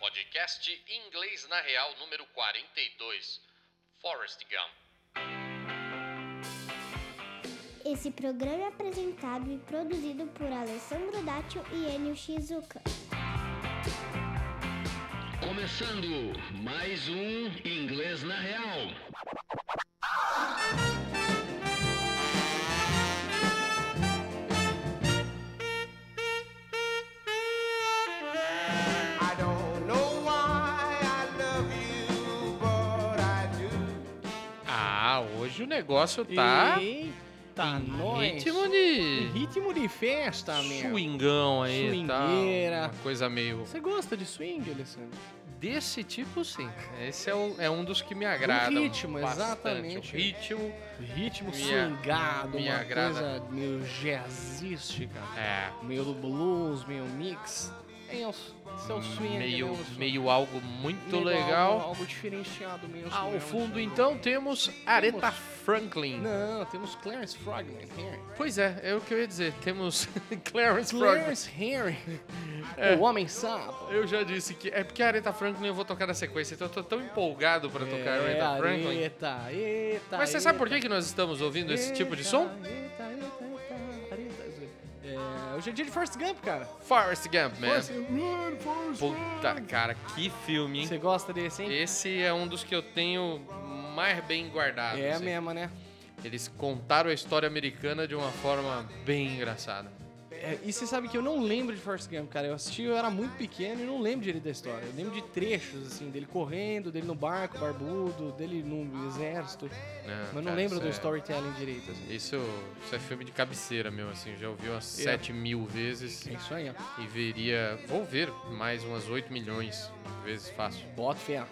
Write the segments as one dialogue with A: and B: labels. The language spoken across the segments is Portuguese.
A: Podcast Inglês na Real número 42, Forrest Gump.
B: Esse programa é apresentado e produzido por Alessandro Dátio e Enio Shizuka.
C: Começando mais um Inglês na Real.
D: I don't know why I love you, but I do.
E: Ah, hoje o negócio tá
F: Eita,
E: em
F: nós.
E: ritmo
F: Em
E: de
F: ritmo de festa, meu.
E: swingão aí,
F: Swingueira.
E: tá? Uma coisa meio
F: Você gosta de swing, Alessandro?
E: desse tipo, sim. Esse é, o- é um dos que me agrada.
F: ritmo,
E: bastante.
F: exatamente.
E: O ritmo.
F: Ritmo
E: Me-
F: swingado,
E: me
F: uma
E: agrada.
F: coisa meio jazzística,
E: É.
F: meio do blues, meio mix. Tem o seu swing,
E: Meio,
F: entendeu? Seu-
E: meio algo muito
F: meio Algo,
E: legal.
F: algo diferenciado mesmo. né,
E: Ao
F: mesmo.
E: fundo, então, temos Aretha
F: Temos.
E: Franklin.
F: Não, temos Clarence Frogman Henry.
E: Pois é, é o que eu ia dizer. Temos Clarence Frogman. É.
F: Clarence Henry. O Homem Sapo.
E: Eu já disse que é porque a Aretha Franklin eu vou tocar na sequência, então eu tô tão empolgado pra tocar a É, Aretha Franklin.
F: Eita, eita,
E: Mas você sabe por
F: eita.
E: que, que nós estamos ouvindo esse tipo de som?
F: Eita, eita, eita, eita. É, hoje é dia de Forrest Gump, cara.
E: Forrest Gump, man.
F: Forrest Run, Forrest
E: Puta,
F: Run.
E: cara, que filme, hein?
F: Você gosta desse, hein?
E: Esse é um dos que eu tenho mais bem guardado.
F: É
E: assim.
F: mesmo, né?
E: Eles contaram a história americana de uma forma bem engraçada.
F: É, e você sabe que eu não lembro de Forrest Gump, cara. Eu assisti, eu era muito pequeno e não lembro direito da história. Eu lembro de trechos, assim, dele correndo, dele no barco, barbudo, dele no exército.
E: né,
F: Mas não
E: cara,
F: lembro
E: isso
F: do
E: é-
F: storytelling direito, assim.
E: Isso, isso é filme de cabeceira, meu, assim. Já ouvi umas
F: É.
E: 7 mil vezes
F: É isso aí, ó.
E: e veria. Vou ver mais umas 8 milhões de vezes fácil.
F: Bota fé.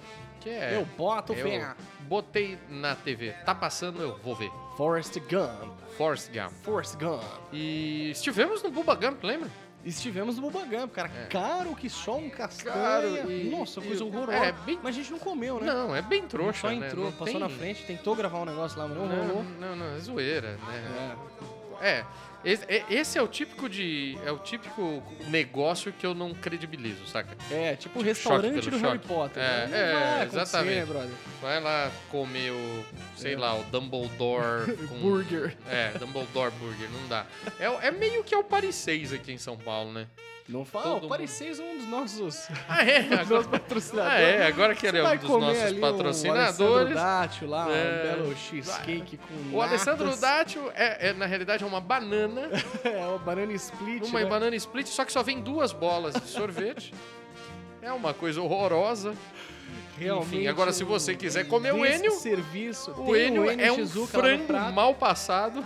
E: Que é.
F: Eu boto
E: eu
F: fé.
E: botei na TV. Tá passando, eu vou ver.
F: Forrest Gump.
E: Forrest Gump.
F: Forrest Gump.
E: E estivemos no Bubba Gump, lembra?
F: Estivemos no Bubagamp, cara.
E: É.
F: Caro que só um castanho.
E: Caro e-
F: Nossa,
E: e-
F: coisa horrorosa.
E: é, bem-
F: Mas a gente não comeu, né?
E: Não, é bem trouxa,
F: Só
E: né?
F: entrou,
E: Não
F: passou
E: tem-
F: na frente, tentou gravar um negócio lá, mas não,
E: Não,
F: rolou.
E: não, não, é zoeira, né?
F: É.
E: É. Esse, é- esse é o típico de. É o típico negócio que eu não credibilizo, saca?
F: É, tipo o
E: Tipo,
F: restaurante do
E: choque pelo
F: Harry
E: choque.
F: Potter.
E: É,
F: né? Não
E: é,
F: vai acontecer,
E: exatamente.
F: né, brother.
E: Vai lá comer o. sei lá, o Dumbledore com.
F: É. Burger.
E: É, Dumbledore Burger, não dá. É, o- é meio que é o Paris 6 aqui em São Paulo, né?
F: Não
E: Todo
F: fala,
E: mundo.
F: o Parecis é um dos nossos, dos
E: Ah, é?
F: nossos
E: Agora,
F: patrocinadores.
E: ah, é, agora que
F: Você
E: ele é
F: vai
E: um dos
F: comer
E: nossos
F: ali Um Alessandro
E: patrocinadores.
F: Dátio lá,
E: É.
F: um belo cheesecake com
E: O Alessandro
F: natas.
E: Dátio é, é, na realidade, é uma banana.
F: É, uma banana split,
E: Uma
F: né?
E: banana split, só que só vem duas bolas de sorvete. É uma coisa horrorosa.
F: Realmente. um
E: Enfim, agora se você quiser comer o
F: desse
E: Enio,
F: serviço, tem
E: O Enio é um
F: Shizuka lá no
E: frango
F: prato.
E: mal passado.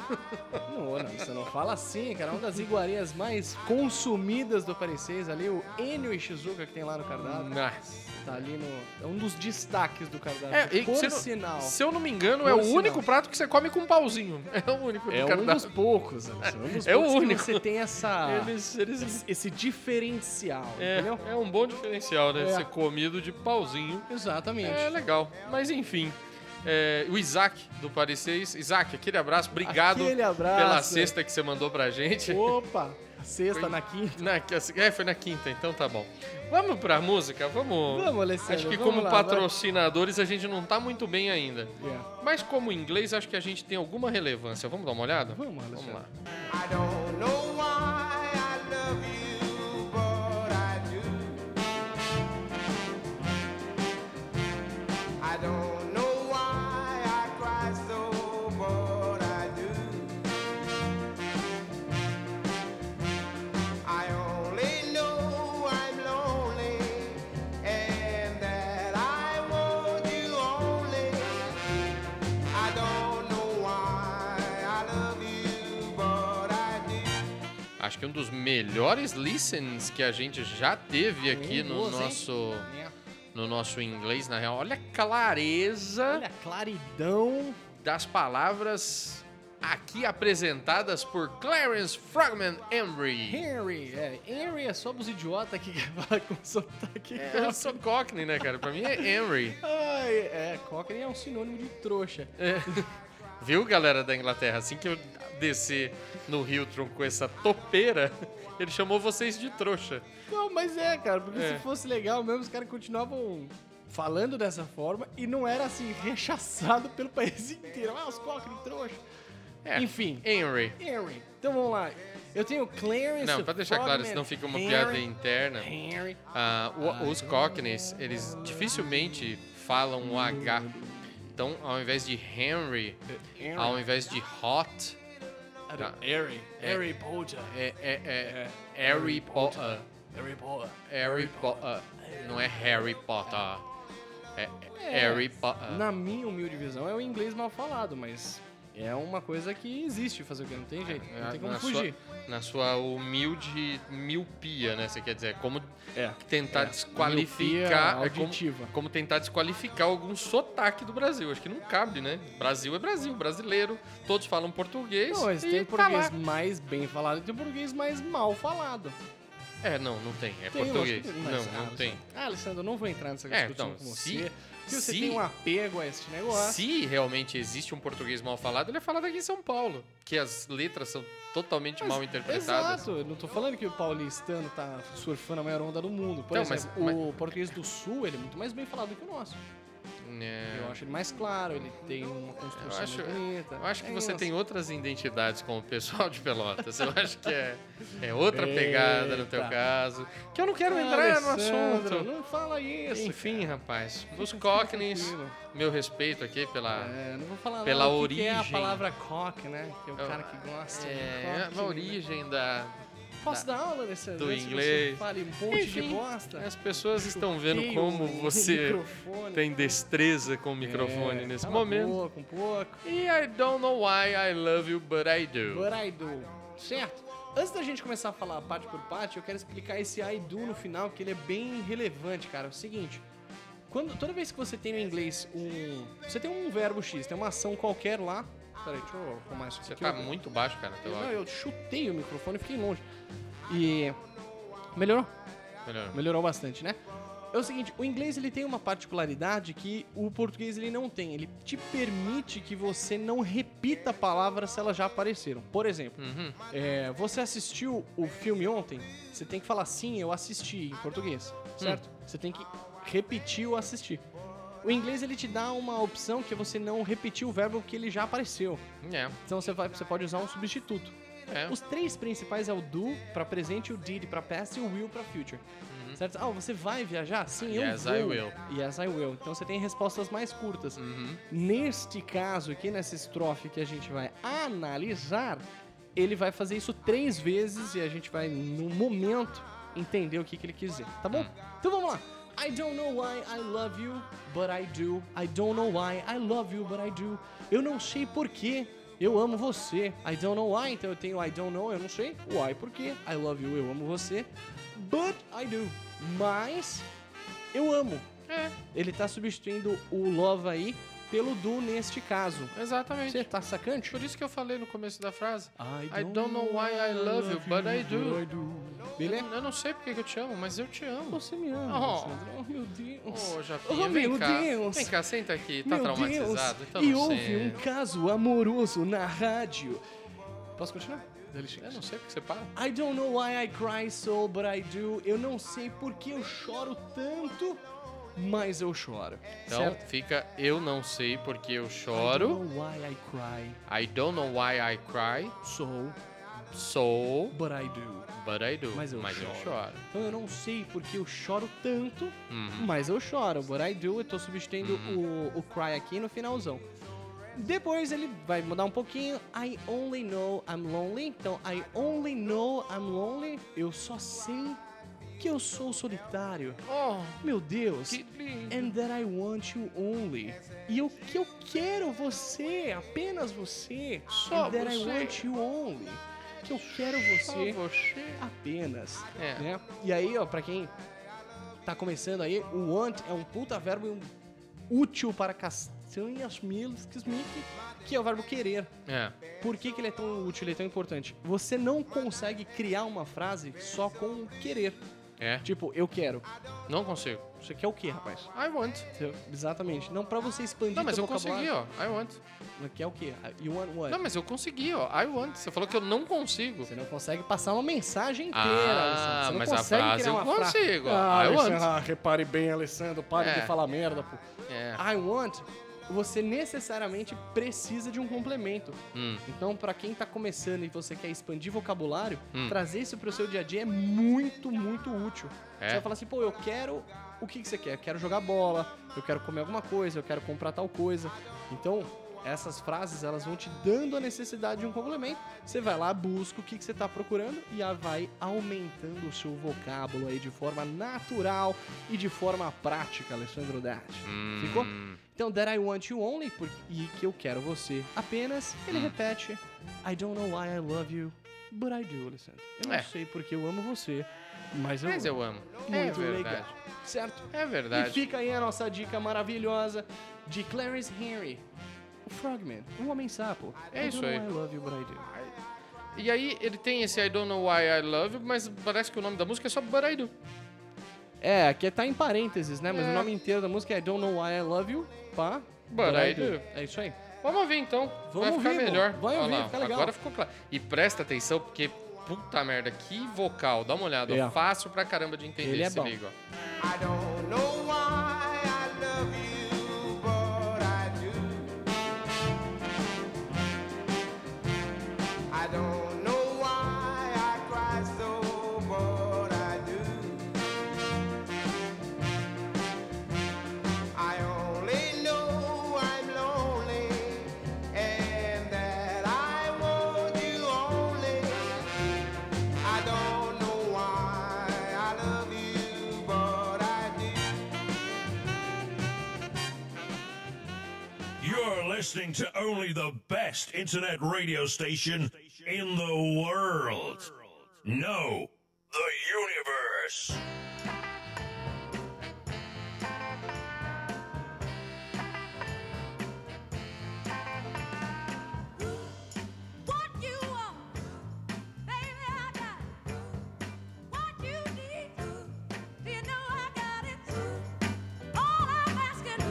F: Não, não, você não fala assim, cara. Uma das iguarias mais consumidas do Parecis ali, o Enio e Shizuka que tem lá no cardápio.
E: Nossa.
F: Tá ali no. É um dos destaques do cardápio.
E: É, e
F: por
E: você não-
F: sinal.
E: Se eu não me engano,
F: Por
E: é o
F: sinal.
E: único prato que você come com um pauzinho. É o único
F: assim, É
E: do
F: um dos
E: cardápio.
F: poucos, Anderson, um dos
E: É o
F: poucos que
E: único.
F: você tem essa,
E: Eles- eles-
F: esse- esse diferencial,
E: É,
F: Ah. entendeu?
E: é um bom diferencial, né?
F: É.
E: Ser comido de pauzinho.
F: Exatamente.
E: É legal. Mas enfim. é, o Isaac do Paris 6. Isaac, aquele abraço. Obrigado
F: Aquele abraço.
E: pela cesta que você mandou pra gente.
F: Opa! Sexta
E: Foi-
F: na quinta.
E: Na- é, foi na quinta, então tá bom. Vamos pra música? Vamos.
F: Vamos, Alessandro,
E: Acho que
F: vamos
E: como
F: lá,
E: patrocinadores a gente não tá muito bem ainda.
F: Yeah.
E: Mas como inglês, acho que a gente tem alguma relevância. Vamos dar uma olhada?
F: Vamos,
E: Vamos
F: Alessandro.
E: lá.
D: I don't know why I love you, but I do. I don't know why I cry so, but I do. I only know I'm lonely and that I want you only. I don't know why I love you, but I do.
E: Acho que um dos melhores listens que a gente já teve aqui no
F: Boas, hein?
E: nosso,
F: Yeah.
E: no nosso inglês, na real. Olha a clareza
F: Olha a claridão.
E: das palavras aqui apresentadas por Clarence Frogman Emery.
F: Henry, é. Henry é só pros idiotas que quer falar com sotaque.
E: É, eu sou Cockney, né, cara? Pra mim é Emery.
F: Ai, é, Cockney é um sinônimo de trouxa.
E: Viu, galera da Inglaterra? Assim que eu descer no Hiltron com essa topeira, ele chamou vocês de trouxa.
F: Não, mas é, cara, porque
E: É.
F: se fosse legal mesmo, os caras continuavam falando dessa forma e não era assim, rechaçado pelo país inteiro. Ah, os cocre trouxa.
E: É.
F: Enfim.
E: Henry.
F: Henry. Então vamos lá. Eu tenho Clarence.
E: Não, pra deixar claro, senão fica uma piada interna.
F: Henry.
E: Ah, o- os Cockneys, eles dificilmente falam o H. Então, ao invés de Henry,
F: Henry.
E: ao invés de Hot,
F: Era Harry. Harry Potter.
E: é, é, é Harry Potter.
F: Harry Potter.
E: Harry Potter. Não é Harry Potter. É,
F: É.
E: Harry Potter.
F: Na minha humilde visão, é o inglês mal falado, mas é uma coisa que existe fazer o que não tem jeito. Não tem como
E: na
F: fugir.
E: Sua, na sua humilde miopia, né? Você quer dizer, como
F: É.
E: tentar
F: É,
E: desqualificar.
F: miopia
E: é como-
F: auditiva.
E: Como, tentar desqualificar algum sotaque do Brasil. Acho que não cabe, né? Brasil é Brasil, brasileiro, todos falam português.
F: Não, mas
E: e
F: tem um
E: tá
F: português
E: lá.
F: mais bem falado e tem um português mais mal falado.
E: É, não, não tem. É
F: Tem, lógico
E: português.
F: que tem,
E: não,
F: mas, ah,
E: não tem.
F: Ah, Alessandro, eu não vou entrar nessa
E: É,
F: discussão
E: então,
F: com
E: se-
F: você. Porque você
E: se-
F: tem um apego a este negócio.
E: Se realmente existe um português mal falado, ele é falado aqui em São Paulo. Que as letras são totalmente
F: Mas-
E: mal interpretadas.
F: Exato, eu não tô falando que o paulistano tá surfando a maior onda do mundo. Por
E: Então, mas-
F: exemplo, o português do sul, ele é muito mais bem falado que o nosso.
E: É.
F: Eu acho ele mais claro, ele tem uma construção
E: Eu acho-
F: mais bonita.
E: Eu acho que
F: É
E: você
F: engraçado.
E: tem outras identidades com o pessoal de Pelotas. Eu acho que é, é outra
F: Eita.
E: pegada no teu caso. Que eu não quero
F: Ah,
E: entrar no
F: Alessandro,
E: assunto.
F: Não fala isso.
E: Enfim, rapaz. Os
F: cara.
E: Cockneys,
F: Tranquilo.
E: meu respeito aqui pela.
F: É, não vou falar
E: Ah. Pela
F: não, o que que é a
E: origem.
F: palavra cock, né? Que é o cara que gosta de
E: É,
F: cock,
E: a
F: né?
E: origem da.
F: Posso dar aula nessa
E: do inglês.
F: Fale um monte de
E: Enfim,
F: bosta.
E: As um pessoas estão
F: Chutei
E: vendo como
F: o
E: você
F: microfone.
E: tem destreza com o microfone
F: É,
E: nesse
F: cala a
E: momento.
F: boca um pouco.
E: E I don't know why I love you, but I do.
F: But I do. Certo? Antes da gente começar a falar parte por parte, eu quero explicar esse I do no final, que ele é bem relevante, cara. É o seguinte. Quando, toda vez que você tem no inglês um. Você tem um verbo X, tem uma ação qualquer lá. Peraí, deixa eu arrumar isso aqui.
E: Você
F: que
E: tá
F: eu-
E: muito baixo, cara. Teu
F: Eu, não,
E: áudio.
F: eu chutei o microfone e fiquei longe. E. Melhorou?
E: Melhor.
F: Melhorou bastante, né? É o seguinte, o inglês ele tem uma particularidade que o português ele não tem. Ele te permite que você não repita palavras se elas já apareceram. Por exemplo,
E: Uhum.
F: é, você assistiu o filme ontem, você tem que falar sim, eu assisti em português, certo? Você tem que repetir o assistir. O inglês ele te dá uma opção que é você não repetir o verbo que ele já apareceu.
E: É,
F: Então você, vai, você pode usar um substituto.
E: é.
F: Os três principais é o do pra presente, o did pra past e o will pra future. Certo? Ah, você vai viajar? Sim, eu
E: Uhum. Ah, Yes,
F: vou.
E: I will.
F: Yes, I will. Então você tem respostas mais curtas.
E: Uhum.
F: Neste caso aqui, nessa estrofe que a gente vai analisar, ele vai fazer isso três vezes e a gente vai, no momento, entender o que, que ele quiser, tá bom? Então vamos lá. I don't know why I love you, but I do. I don't know why I love you, but I do. Eu não sei porquê, eu amo você. I don't know why, então eu tenho I don't know, eu não sei. Why, porquê. I love you, eu amo você. But I do. Mas eu amo.
E: é,
F: Ele tá substituindo o love aí pelo do neste caso.
E: Exatamente.
F: Você tá sacante?
E: Por isso que eu falei no começo da frase.
F: I
E: don't know why I love you, but I do.
F: but I do. Beleza?
E: Eu não sei porque que eu te amo, mas eu te amo.
F: Você me ama,
E: Oh.
F: Alessandro. oh meu Deus.
E: Ô, Japinha,
F: Oh,
E: vem
F: meu
E: cá.
F: Deus.
E: Vem cá, senta aqui. Tá
F: Meu
E: traumatizado?
F: Deus.
E: Então
F: e
E: não
F: houve
E: sei.
F: um caso amoroso na rádio. Posso continuar?
E: Eu não sei porque você para.
F: I don't know why I cry so, but I do. Eu não sei por que eu choro tanto, mas eu choro.
E: Então
F: certo?
E: fica eu não sei porque eu
F: I
E: choro.
F: don't know why I cry
E: I don't know why I cry.
F: so,
E: So,
F: but I do.
E: but I do.
F: Mas eu choro. Então eu não sei porque eu choro tanto,
E: Uhum.
F: mas eu choro. But I do, eu tô substituindo o, o cry aqui no finalzão. Depois ele vai mudar um pouquinho. I only know I'm lonely. Então, I only know I'm lonely. Eu só sei que eu sou solitário.
E: Oh,
F: Meu Deus.
E: que lindo.
F: And that I want you only. E o que eu quero você, apenas você.
E: Só
F: And that I
E: você.
F: want you only. Que eu quero
E: Só
F: você
E: você.
F: apenas.
E: É.
F: Né? E aí, ó, pra quem tá começando aí, o want é um puta verbo e um útil para castanhas milas que smique, que é o verbo querer.
E: É.
F: Por que, que ele é tão útil, ele é tão importante? Você não consegue criar uma frase só com o querer.
E: É,
F: Tipo, eu quero.
E: não consigo.
F: Você quer o quê, rapaz?
E: I want.
F: Entendeu? Exatamente. Não pra você expandir
E: Não, mas
F: teu
E: eu consegui, ó. I want.
F: Não quer o quê? Ah, You want what?
E: Não, mas eu consegui, ó. I want. Você falou que eu não consigo.
F: Você não consegue passar uma mensagem inteira,
E: Ah,
F: Alessandro. Você não
E: mas a
F: consegue
E: frase
F: criar
E: eu
F: uma fra-
E: consigo.
F: Ah,
E: I
F: Alessandro,
E: want.
F: ah, repare bem, Alessandro. Pare
E: É.
F: de falar merda, pô.
E: É.
F: I want, você necessariamente precisa de um complemento.
E: Hum.
F: Então, pra quem tá começando e você quer expandir vocabulário,
E: Hum.
F: trazer isso pro seu dia a dia é muito, muito útil.
E: É.
F: Você vai falar assim, pô, eu quero. O que, que você quer? Eu quero jogar bola, eu quero comer alguma coisa, eu quero comprar tal coisa. Então, essas frases elas vão te dando a necessidade de um complemento. Você vai lá, busca o que, que você tá procurando e aí vai aumentando o seu vocábulo aí de forma natural e de forma prática, Alessandro Dati.
E: Hum.
F: Ficou? Então, that I want you only, por- e que eu quero você apenas,
E: Hum.
F: ele repete, I don't know why I love you, but I do, Alessandro. Eu
E: É.
F: não sei porque eu amo você, mas eu
E: Mas
F: amo.
E: eu amo. é
F: Muito
E: verdade.
F: legal, certo?
E: É
F: E
E: verdade.
F: fica aí a nossa dica maravilhosa de Clarence Henry, o Frogman, o Homem-Sapo.
E: É
F: I
E: isso
F: don't
E: aí.
F: know why I love you, but I do.
E: E aí ele tem esse I don't know why I love you, mas parece que o nome da música é só But I do.
F: É, aqui tá em parênteses, né? Mas
E: É.
F: o nome inteiro da música é I don't know why I love you, pá,
E: But I do.
F: É isso aí.
E: Vamos ouvir então. vai
F: Vamos
E: ficar
F: ouvir,
E: melhor.
F: vai
E: Olha
F: ouvir,
E: lá,
F: fica legal.
E: Agora ficou claro. E presta atenção, porque puta merda, que vocal. Dá uma olhada. ó.
F: É.
E: Fácil pra caramba de entender.
F: Ele é
E: se
F: bom.
E: liga, ó.
D: I don't know why I love you, but I do. I don't know why I cry so, but I do. I only know I'm lonely and that I want you only. I don't know why I love you, but I do.
G: You're listening to only the best internet radio station in the world. No, the universe.
H: What you want, baby, I got. What you need, do you know I got it? All I'm asking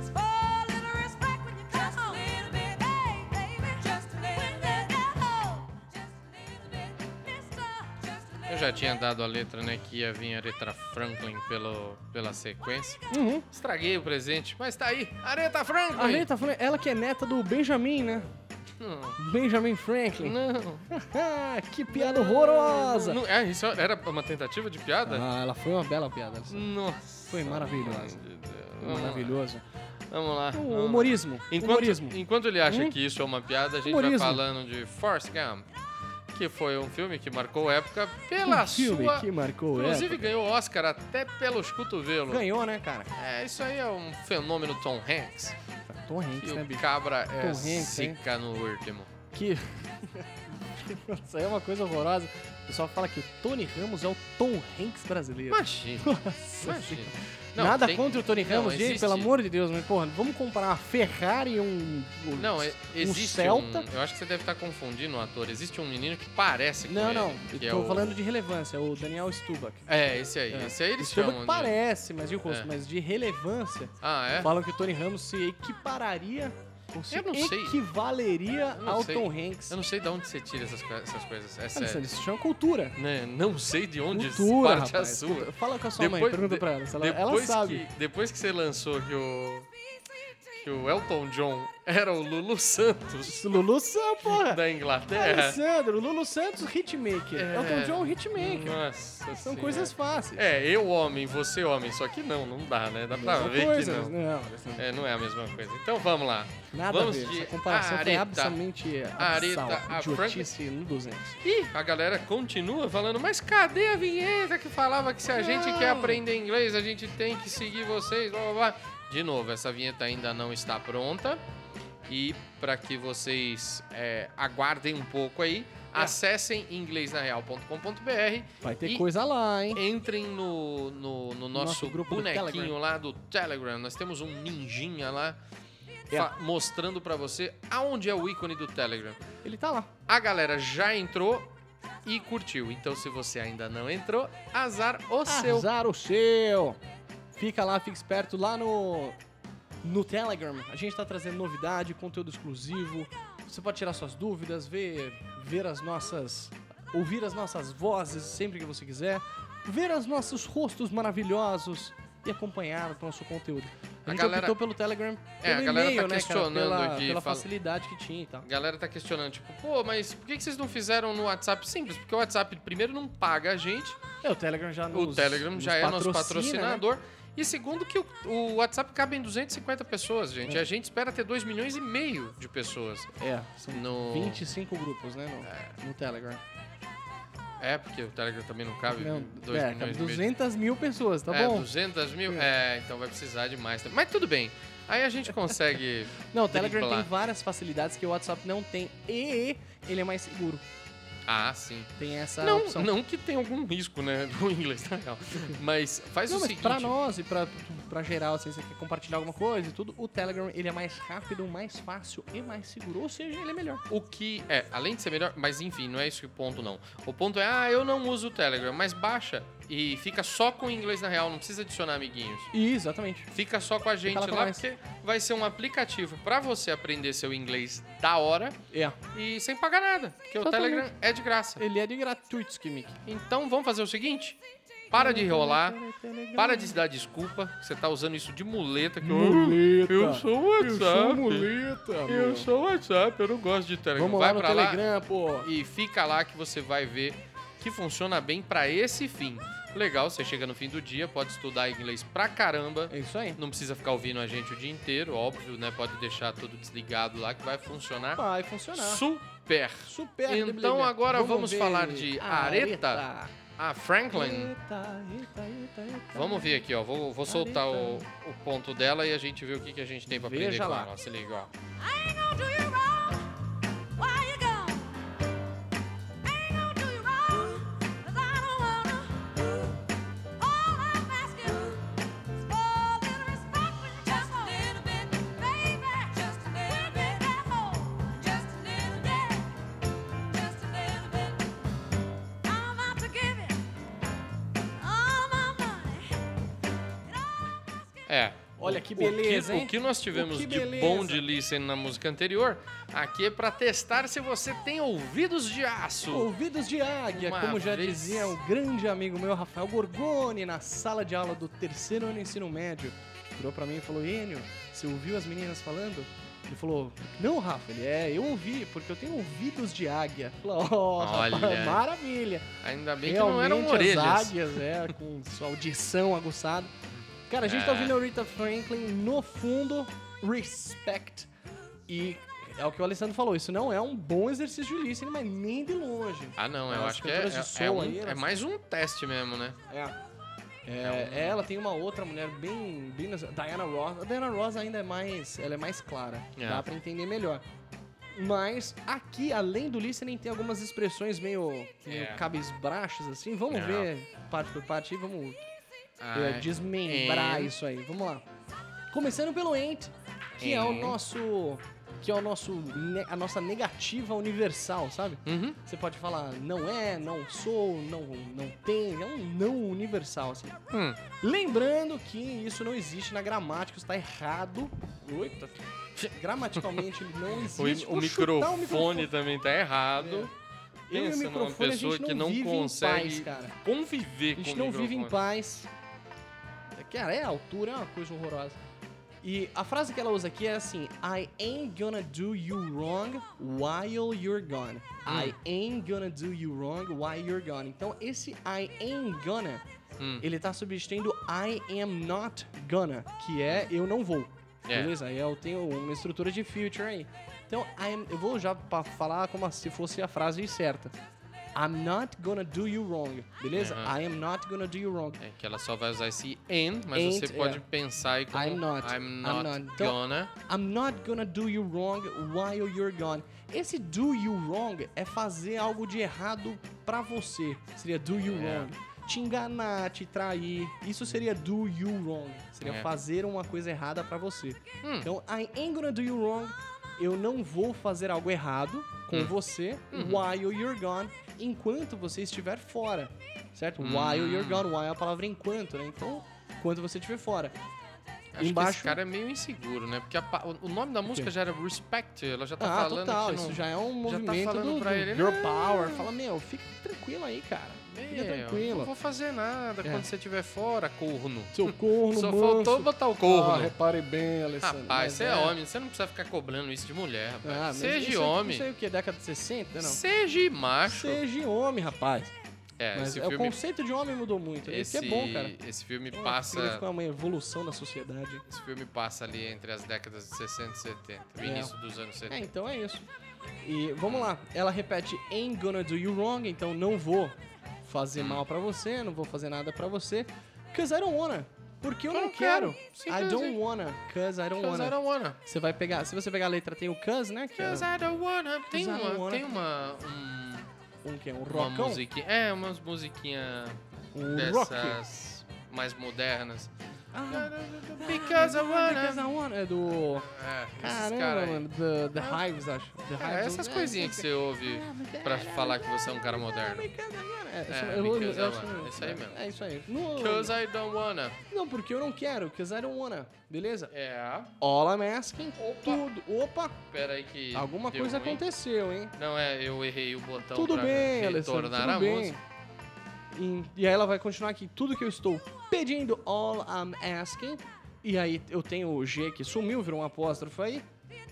H: is for a little respect when you come home, baby, just a little bit. just a little bit, Mister, just a
E: Eu
H: little
E: já tinha dado a letra, né? Que ia vir a letra Franklin pelo, pela sequência.
F: Uhum.
E: Estraguei o presente, mas tá aí. Aretha Franklin!
F: A Lê tá falando, ela que é neta do Benjamin, né?
E: Não,
F: Benjamin Franklin.
E: não.
F: que piada horrorosa!
E: Não, é, isso era uma tentativa de piada?
F: Ah, ela foi uma bela piada. Alessandro.
E: Nossa.
F: Foi maravilhosa.
E: Meu Deus.
F: Foi
E: Vamos lá.
F: maravilhosa.
E: Vamos lá. vamos lá.
F: O humorismo. humorismo.
E: Enquanto, enquanto ele acha
F: Hum?
E: que isso é uma piada, a gente
F: Humorismo.
E: vai falando de Forrest Gump, que foi um filme que marcou época pela
F: Um filme
E: sua...
F: que marcou
E: Inclusive
F: época.
E: ganhou Oscar até pelos cotovelos.
F: Ganhou, né, cara?
E: É, isso aí é um fenômeno Tom Hanks.
F: Tom Hanks,
E: E
F: né,
E: o
F: bicho?
E: cabra
F: Tom
E: é
F: Hanks, hein?
E: zica no último.
F: Que... Isso aí é uma coisa horrorosa. O pessoal fala que o Tony Ramos é o Tom Hanks brasileiro.
E: Imagina.
F: Nossa
E: imagina.
F: senhora.
E: Não,
F: Nada
E: tem-
F: contra o Tony
E: não,
F: Ramos, gente,
E: existe-
F: pelo amor de Deus, mas porra, vamos comparar uma Ferrari e um. um-
E: Não, é- e- existe um,
F: Celta?
E: Eu acho que você deve estar confundindo o ator. Existe um menino que parece com
F: Não,
E: ele.
F: não.
E: que
F: eu tô
E: é o-
F: falando de relevância, o Daniel Stubach.
E: É, esse aí.
F: É.
E: Esse aí eles
F: Stubach
E: chamam de-
F: parece, mas, de rosto,
E: É.
F: mas de relevância,
E: Ah, é?
F: falam que o Tony Ramos se equipararia ou se
E: Eu não sei.
F: equivaleria
E: Eu não
F: ao
E: sei.
F: Tom Hanks.
E: Eu não sei de onde você tira essas, co- essas coisas. É
F: Alessandro,
E: sério.
F: isso chama cultura.
E: Né? Não sei de onde isso
F: cultura,
E: parte
F: rapaz.
E: a sua.
F: Fala com a sua mãe, pergunta pra ela. se ela, ela
E: depois
F: sabe.
E: Que, depois que você lançou que o, que o Elton John era o Lulu Santos
F: Lulu Santos, porra.
E: da Inglaterra.
F: Alessandro, Lulu Santos, hitmaker.
E: É.
F: Elton John, hitmaker.
E: Nossa
F: São
E: senhora.
F: coisas fáceis.
E: É, eu homem, você homem. Só que não, não dá, né? Dá pra
F: São
E: ver
F: coisas,
E: que não.
F: não, Alessandro.
E: É, não é a mesma coisa. Então vamos lá.
F: Nada
E: vamos
F: a ver.
E: de
F: Essa comparação foi
E: Aretha.
F: absolutamente
E: Areta,
F: abissal.
E: a Frank-
F: Idiotice no 200.
E: Ih, a galera continua falando, mas cadê a vinheta que falava que se a gente quer aprender inglês, a gente tem que seguir vocês, blá blá blá. De novo, essa vinheta ainda não está pronta. E para que vocês é, aguardem um pouco aí,
F: É.
E: acessem inglesnareal.com.br,
F: Vai ter
E: E-
F: coisa lá, hein?
E: entrem no, no, no nosso,
F: Nosso grupo do
E: bonequinho
F: Telegram.
E: lá do Telegram. Nós temos um ninjinha lá
F: É.
E: fa- mostrando para você aonde é o ícone do Telegram.
F: Ele tá lá.
E: A galera já entrou. e curtiu. Então, se você ainda não entrou, azar o seu.
F: Azar o seu. Fica lá, fica esperto lá no no Telegram. A gente tá trazendo novidade, conteúdo exclusivo. Você pode tirar suas dúvidas, ver ver as nossas ouvir as nossas vozes sempre que você quiser, ver os nossos rostos maravilhosos e acompanhar o nosso conteúdo. A,
E: A
F: gente
E: galera-
F: optou pelo Telegram,
E: É,
F: pelo
E: a galera tá
F: e-mail, né, cara,
E: questionando
F: pela,
E: aqui,
F: pela
E: fala-
F: facilidade que tinha e tal.
E: A galera tá questionando, tipo, pô, mas por que que vocês não fizeram no WhatsApp simples? Porque o WhatsApp, primeiro, não paga a gente.
F: É, o Telegram já
E: O
F: nos-
E: Telegram
F: nos
E: já é nosso
F: patrocina, né?
E: patrocinador. E segundo que o, o WhatsApp cabe em 250 pessoas, gente. E a gente espera ter 2 milhões e meio de pessoas.
F: É, são
E: No-
F: 25 grupos, né, no, no Telegram.
E: É, porque o Telegram também não cabe
F: Não,
E: 2
F: é,
E: milhões e meio. de
F: 200 mil pessoas, tá
E: é,
F: bom?
E: 200 mil? É. então vai precisar de mais. Mas tudo bem. Aí a gente consegue.
F: Não, o Telegram
E: driblar.
F: tem várias facilidades que o WhatsApp não tem. E ele é mais seguro.
E: Ah, sim.
F: Tem essa
E: não,
F: Tá, opção.
E: não que tenha algum risco, né? No inglês, na real. Mas faz
F: Não,
E: o
F: mas
E: seguinte.
F: pra nós e pra, pra geral, assim, você quer compartilhar alguma coisa e tudo, o Telegram ele é mais rápido, mais fácil e mais seguro. Ou seja, ele é melhor.
E: O que é, além de ser melhor, mas enfim, não é isso que o ponto não. O ponto é, ah, eu não uso o Telegram, mas baixa e fica só com o inglês na real, não precisa adicionar amiguinhos.
F: Exatamente.
E: Fica só com a gente
F: lá com
E: lá,
F: nós.
E: porque vai ser um aplicativo pra você aprender seu inglês da hora
F: É.
E: e sem pagar nada, porque o
F: Totalmente.
E: Telegram é de graça.
F: Ele é de gratuito, Skimmick.
E: Então vamos fazer o seguinte, para de rolar, para de se dar desculpa, que você tá usando isso de muleta. Que
F: Muleta.
E: Eu sou o WhatsApp.
F: Eu sou muleta, meu.
E: Eu sou o WhatsApp, eu não gosto de Telegram.
F: Vamos
E: vai
F: lá no
E: pra lá
F: Telegram, pô.
E: e fica lá que você vai ver que funciona bem pra esse fim. Legal, você chega no fim do dia, pode estudar inglês pra caramba.
F: É isso aí.
E: Não precisa ficar ouvindo a gente o dia inteiro, óbvio, né? Pode deixar tudo desligado lá que vai funcionar
F: Vai funcionar.
E: super.
F: Super.
E: Então agora vamos
F: ver
E: falar de areta.
F: Areta.
E: Ah, Franklin.
F: Eita, eita, eita, eita.
E: Vamos ver aqui, ó. Vou, vou soltar o, o ponto dela e a gente vê o que, que a gente tem pra aprender
F: Veja
E: com
F: lá.
E: ela. ó. Se liga, ó.
H: I ain't gonna do you wrong. Why you gone? Ain't gonna do you wrong. 'cause I don't wanna. All I'm asking is for a little respect when you come home. Baby, just a little bit. Come on, just a little bit. Just a little bit. I'm out to give it. All my money. And all I'm asking
E: É.
F: Olha
E: O-
F: que beleza,
E: o que,
F: hein?
E: O que nós tivemos
F: O que
E: de
F: beleza.
E: bom de listening na música anterior, aqui é pra testar se você tem ouvidos de aço.
F: Ouvidos de águia,
E: Uma
F: como já
E: vez.
F: dizia o grande amigo meu, Rafael Gorgoni, na sala de aula do terceiro ano do ensino médio. Virou pra mim e falou, Enio, você ouviu as meninas falando? Ele falou, não, Rafa, ele é, eu ouvi, porque eu tenho ouvidos de águia. Eu Falei, ó,
E: Olha.
F: rapaz, maravilha.
E: Ainda bem
F: Realmente
E: que não eram
F: as
E: orelhas.
F: águias, é, com sua audição aguçada. Cara, a gente tá
E: É.
F: ouvindo a Rita Franklin no fundo, respect. E é o que o Alessandro falou, isso não é um bom exercício de listening, mas nem de longe.
E: Ah, não, eu
F: As
E: acho que é,
F: cantoras de
E: é-
F: soul
E: é um-
F: aí,
E: é
F: elas-
E: mais um teste mesmo, né?
F: É. É,
E: um
F: Ela tem uma outra mulher bem. bem nas- Diana Ross. A Diana Ross ainda é mais. Ela é mais clara.
E: É.
F: Dá pra entender melhor. Mas aqui, além do listening, tem algumas expressões meio, meio
E: É.
F: cabisbraxas, assim. Vamos
E: É.
F: ver parte por parte e vamos
E: Ah,
F: é, desmembrar
E: É.
F: isso aí. Vamos lá. Começando pelo ain't, que é o
E: Ain't.
F: nosso. Que é o nosso, ne- a nossa negativa universal, sabe?
E: Uhum.
F: Você pode falar não é, não sou, não, não tem, é um não universal, assim.
E: Hum.
F: Lembrando que isso não existe na gramática, está errado. Oita. Gramaticalmente ele não
E: O,
F: existe.
E: o
F: Vou chutar
E: microfone
F: o É.
E: também tá errado.
F: Eu e o
E: Pensa numa
F: microfone, a
E: pessoa
F: gente
E: que
F: não
E: não
F: vive em paz,
E: consegue
F: cara.
E: conviver
F: A
E: com
F: gente
E: o
F: não
E: microfone.
F: vive em paz. Cara, é a altura, é uma coisa horrorosa. E a frase que ela usa aqui é assim: I ain't gonna do you wrong while you're gone.
E: Hum.
F: I ain't gonna do you wrong while you're gone. Então esse I ain't gonna,
E: Hum.
F: ele tá substituindo I am not gonna, que é eu não vou.
E: É.
F: Beleza? Aí eu tenho uma estrutura de future aí. Então I'm- eu vou já pa- falar como se fosse a frase certa. I'm not gonna do you wrong, beleza?
E: Aham.
F: I am not gonna do you wrong.
E: É que ela só vai usar esse and, mas
F: And,
E: você pode
F: é.
E: pensar aí como
F: I'm not,
E: I'm
F: I'm
E: not
F: not. Então-
E: gonna.
F: I'm not gonna do you wrong while you're gone. Esse do you wrong é fazer algo de errado pra você. Seria do you
E: É.
F: wrong. Te enganar, te trair. Isso seria do you wrong. Seria
E: É.
F: fazer uma coisa errada pra você.
E: Hum.
F: Então, I ain't gonna do you
E: Hum. Uhum.
F: wrong. Eu não vou fazer algo errado com você while you're gone. enquanto você estiver fora, certo?
E: Hum.
F: While you're gone, while é a palavra enquanto, né? Então, enquanto você estiver fora.
E: Acho que
F: Embaixo-
E: esse cara é meio inseguro, né? Porque a pa- o nome da música já era Respect, ela já tá
F: ah,
E: falando
F: total,
E: que não...
F: isso já é um
E: já tá
F: movimento
E: falando
F: do,
E: pra
F: do
E: ele,
F: girl
E: "Não."
F: power. Fala, meu, fica tranquilo aí, cara. Fica
E: Meu, Não
F: tranquilo.
E: vou fazer nada
F: É.
E: quando você estiver fora, corno.
F: Seu corno,
E: Só
F: manso.
E: faltou botar o corno.
F: Ah, repare bem, Alessandro.
E: Rapaz,
F: mas
E: você é, homem, você não precisa ficar cobrando isso de mulher, rapaz.
F: Ah, mas
E: Seja
F: isso aí-
E: homem,
F: Isso aí o que? Década de 60, não?
E: seja macho.
F: Seja homem, rapaz.
E: É,
F: Mas
E: esse
F: é, o
E: filme,
F: conceito de homem mudou muito.
E: esse,
F: Isso é bom, cara.
E: esse filme
F: Pô, significa
E: passa,
F: uma evolução da sociedade.
E: esse filme passa ali entre as décadas de 60 e 70, o
F: É.
E: início dos anos
F: É,
E: 70.
F: então é isso. E vamos lá. Ela repete ain't gonna do you wrong, então não vou
E: Hum.
F: fazer mal pra você, não vou fazer nada pra você. Cause I don't wanna. Porque eu
E: Eu
F: não
E: não quero.
F: quero.
E: Simples
F: I don't
E: assim.
F: wanna. Cause I don't
E: Cause I
F: então wanna.
E: don't wanna.
F: Você vai pegar, se você pegar a letra tem o cause, né? Que é
E: Cause I don't wanna. Tem
F: Cause I don't
E: uma,
F: wanna.
E: tem uma, um,
F: um que é um
E: uma
F: rockão,
E: musiquinha, é, umas musiquinhas
F: um rock.
E: dessas mais modernas.
F: Ah,
E: Because
F: Cause
E: I wanna.
F: I wanna é do
E: É, esses
F: Caramba,
E: caras aí.
F: mano, The, the Hives, acho. The
E: Cara,
F: Hives,
E: essas
F: é,
E: coisinhas que você ouve pra falar que você é um cara moderno.
F: É,
E: É,
F: eu- eu-
E: because
F: eu
E: I
F: acho-
E: wanna. É isso aí mesmo.
F: É isso aí. No-
E: Cause I don't wanna.
F: Não, porque eu não quero, because I don't wanna. Beleza?
E: É.
F: All I'm asking,
E: Opa.
F: tudo. Opa,
E: Pera aí que.
F: alguma
E: deu
F: coisa
E: ruim.
F: aconteceu, hein?
E: Não, é, eu errei o botão
F: tudo
E: pra
F: bem, Alessandro,
E: retornar
F: tudo
E: a
F: bem.
E: música.
F: E, e aí ela vai continuar aqui, tudo que eu estou pedindo, all I'm asking. E aí eu tenho o G que sumiu, virou um apóstrofo aí.